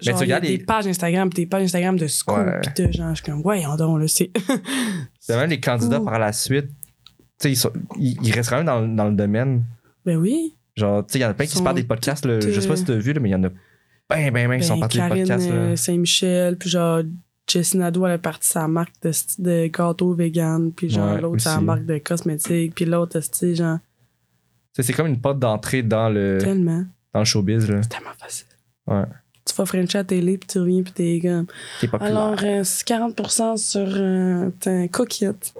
Speaker 5: Genre,
Speaker 4: tu
Speaker 5: il y a
Speaker 4: regardes les-
Speaker 5: des pages Instagram, pis des pages Instagram de school,
Speaker 4: Ouais.
Speaker 5: pis de genre, je suis comme, ouais, on donc, là, c'est.
Speaker 4: C'est même les candidats
Speaker 5: Ouh.
Speaker 4: par la suite, tu sais, ils, sont- ils- ils restent quand même dans, le- dans le domaine.
Speaker 5: ben oui.
Speaker 4: Genre, tu sais, il y en a plein qui se
Speaker 5: Sont
Speaker 4: partent des podcasts. là.
Speaker 5: toutes,
Speaker 4: Je sais pas si tu as vu, là, mais il y en a ben, ben, ben qui sont
Speaker 5: Ben,
Speaker 4: partis des
Speaker 5: Karine
Speaker 4: podcasts. là.
Speaker 5: euh, Saint-Michel, puis genre Jessie Nadeau, elle a parti sa marque de, sti- de gâteau vegan, puis genre
Speaker 4: Ouais,
Speaker 5: l'autre, sa
Speaker 4: aussi.
Speaker 5: marque de cosmétiques, puis l'autre, c'était genre
Speaker 4: Tu sais, C'est comme une porte d'entrée dans le,
Speaker 5: tellement,
Speaker 4: dans le showbiz, là,
Speaker 5: c'est tellement facile.
Speaker 4: Euh. Ouais.
Speaker 5: Tu vas French à la télé, puis tu reviens, puis t'es comme.
Speaker 4: qui est populaire.
Speaker 5: Alors, euh, c'est 40% sur euh, un coquillette.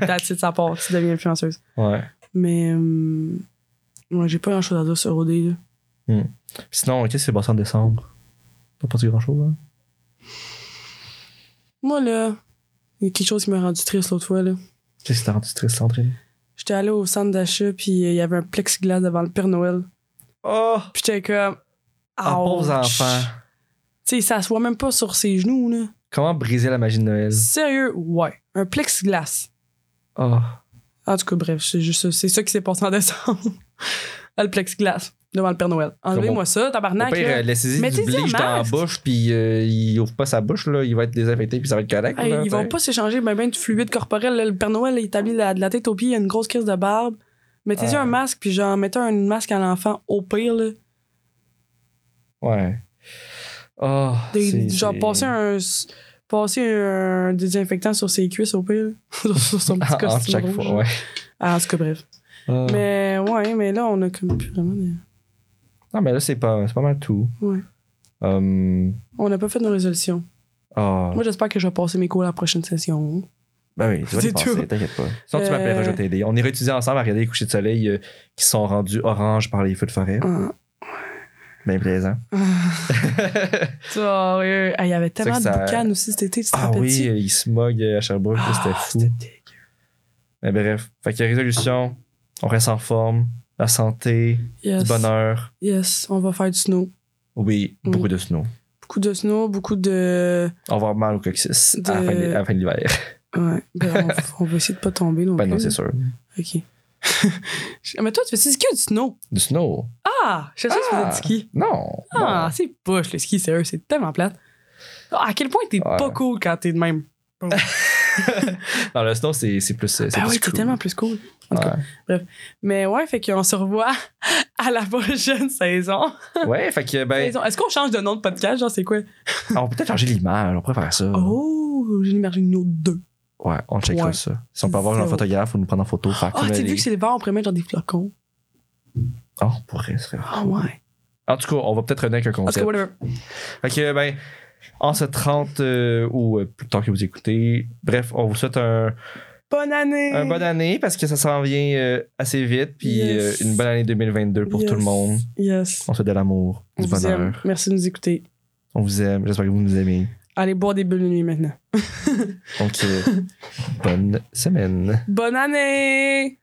Speaker 5: That's it, ça part, tu deviens influenceuse.
Speaker 4: Ouais.
Speaker 5: Mais. euh, moi, j'ai pas grand chose à dire sur OD, là.
Speaker 4: Sinon, qu'est-ce qui s'est passé en décembre? T'as pas dit grand-chose, hein?
Speaker 5: Moi, là, il y a quelque chose qui m'a rendu triste l'autre fois, là.
Speaker 4: Qu'est-ce qui t'a rendu triste, Sandrine?
Speaker 5: J'étais allée au centre d'achat, puis euh, il y avait un plexiglas devant le Père Noël.
Speaker 4: Oh!
Speaker 5: Puis j'étais comme.
Speaker 4: Ah, pauvres
Speaker 5: ouch.
Speaker 4: enfants! Mm.
Speaker 5: Tu sais, il s'assoit même pas sur ses genoux, là.
Speaker 4: Comment briser la magie de Noël?
Speaker 5: Sérieux, ouais. Un plexiglas.
Speaker 4: Oh!
Speaker 5: En tout cas, bref, c'est juste ça. C'est ça qui s'est passé en décembre. le plexiglas devant le Père Noël. Enlevez-moi ça,
Speaker 4: Au
Speaker 5: tabarnak.
Speaker 4: pire,
Speaker 5: là.
Speaker 4: euh, laissez-y
Speaker 5: Mettez-y
Speaker 4: du bleach
Speaker 5: un
Speaker 4: dans la
Speaker 5: masque.
Speaker 4: bouche, puis euh, il ouvre pas sa bouche, là. Il va être désinfecté, puis ça va être correct.
Speaker 5: Hey,
Speaker 4: là,
Speaker 5: Ah, ils
Speaker 4: t'sais.
Speaker 5: vont pas s'échanger ben, ben du fluide corporel. là. Le Père Noël, il établit la, de la tête aux pieds, il y a une grosse crise de barbe. Mettez-y
Speaker 4: Ah.
Speaker 5: un masque, puis genre, mettez un masque à l'enfant, au pire, là.
Speaker 4: Ouais. Oh!
Speaker 5: Des-
Speaker 4: c'est-
Speaker 5: genre,
Speaker 4: c'est-
Speaker 5: passer un, passer un désinfectant sur ses cuisses, au pire. sur son petit
Speaker 4: Ah,
Speaker 5: costume
Speaker 4: chaque
Speaker 5: rouge.
Speaker 4: fois, ouais.
Speaker 5: Ah, en tout cas, bref.
Speaker 4: Ah.
Speaker 5: Mais ouais, mais là, on a comme plus vraiment. de-
Speaker 4: Non, mais là, c'est pas, c'est pas mal tout.
Speaker 5: Ouais.
Speaker 4: Hum,
Speaker 5: On n'a pas fait nos résolutions.
Speaker 4: oh.
Speaker 5: Moi, j'espère que je vais passer mes cours la prochaine session.
Speaker 4: Ben oui, tu vas les
Speaker 5: C'est
Speaker 4: passer,
Speaker 5: tout.
Speaker 4: t'inquiète pas. Sinon, tu
Speaker 5: Euh,
Speaker 4: m'appelleras, je vais t'aider. On irait étudier ensemble à regarder les couchers de soleil euh, qui sont rendus orange par les feux de forêt.
Speaker 5: Ah.
Speaker 4: Bien plaisant.
Speaker 5: Sérieux. Ah, Il y avait tellement
Speaker 4: C'est que ça-
Speaker 5: de boucanes aussi cet été, tu te
Speaker 4: ah oui,
Speaker 5: rappelles-tu?
Speaker 4: euh, ils se moguent à Sherbrooke, là, c'était
Speaker 5: Ah,
Speaker 4: fou.
Speaker 5: dégueu.
Speaker 4: Mais bref, fait que résolution, on reste en forme, la santé,
Speaker 5: Yes.
Speaker 4: du bonheur.
Speaker 5: Yes, on va faire du snow.
Speaker 4: Oui,
Speaker 5: Oui.
Speaker 4: beaucoup de snow.
Speaker 5: Beaucoup de snow, beaucoup de.
Speaker 4: On va avoir mal au coccyx à, la
Speaker 5: De-
Speaker 4: fin de- à la fin de l'hiver.
Speaker 5: Ouais. Ben, on, on va essayer de pas tomber non
Speaker 4: Ben
Speaker 5: plus.
Speaker 4: non, c'est sûr.
Speaker 5: Ok. Mais toi, tu fais du ski ou du snow?
Speaker 4: Du snow?
Speaker 5: Ah! Je sais que tu faisais
Speaker 4: Ah.
Speaker 5: du ski.
Speaker 4: Non.
Speaker 5: Ah, c'est poche le ski, sérieux, c'est tellement plate. Ah, à quel point t'es
Speaker 4: Ouais.
Speaker 5: pas cool quand t'es de même?
Speaker 4: non. Non, le snow, c'est c'est plus. c'est plus
Speaker 5: Ben oui, t'es
Speaker 4: cool.
Speaker 5: tellement plus cool. En tout cas,
Speaker 4: Ouais.
Speaker 5: Mais ouais, fait qu'on se revoit à la prochaine saison.
Speaker 4: Ouais, fait que ben,
Speaker 5: Saison. Est-ce qu'on change de nom de podcast? Genre, c'est quoi?
Speaker 4: on peut peut-être changer l'image, on pourrait faire ça.
Speaker 5: Oh, j'ai émergé une autre deux.
Speaker 4: Ouais, on checkera
Speaker 5: Ouais.
Speaker 4: ça. Si on peut avoir genre, un
Speaker 5: Zéro.
Speaker 4: photographe ou nous prendre en photo, faire
Speaker 5: Ah,
Speaker 4: comme
Speaker 5: tu
Speaker 4: les-
Speaker 5: vu que c'est le vent, on pourrait mettre genre des flocons.
Speaker 4: Ah, on pourrait, ce serait-
Speaker 5: Ah ouais.
Speaker 4: En tout cas, on va peut-être revenir avec un
Speaker 5: En tout cas,
Speaker 4: concept.
Speaker 5: whatever.
Speaker 4: Fait que, ben, en ce 30 euh, ou euh, plus tard que vous écoutez, bref, on vous souhaite un,
Speaker 5: Bonne année!
Speaker 4: un bonne année parce que ça s'en vient euh, assez vite. Puis
Speaker 5: Yes.
Speaker 4: euh, une bonne année 2022 pour tout le
Speaker 5: Yes.
Speaker 4: monde.
Speaker 5: Yes.
Speaker 4: On souhaite de l'amour,
Speaker 5: On
Speaker 4: du
Speaker 5: vous
Speaker 4: bonheur.
Speaker 5: aime. Merci de nous écouter.
Speaker 4: On vous aime. J'espère que vous nous aimez.
Speaker 5: Allez boire des bulles de nuit maintenant.
Speaker 4: Donc, euh, bonne semaine.
Speaker 5: Bonne année!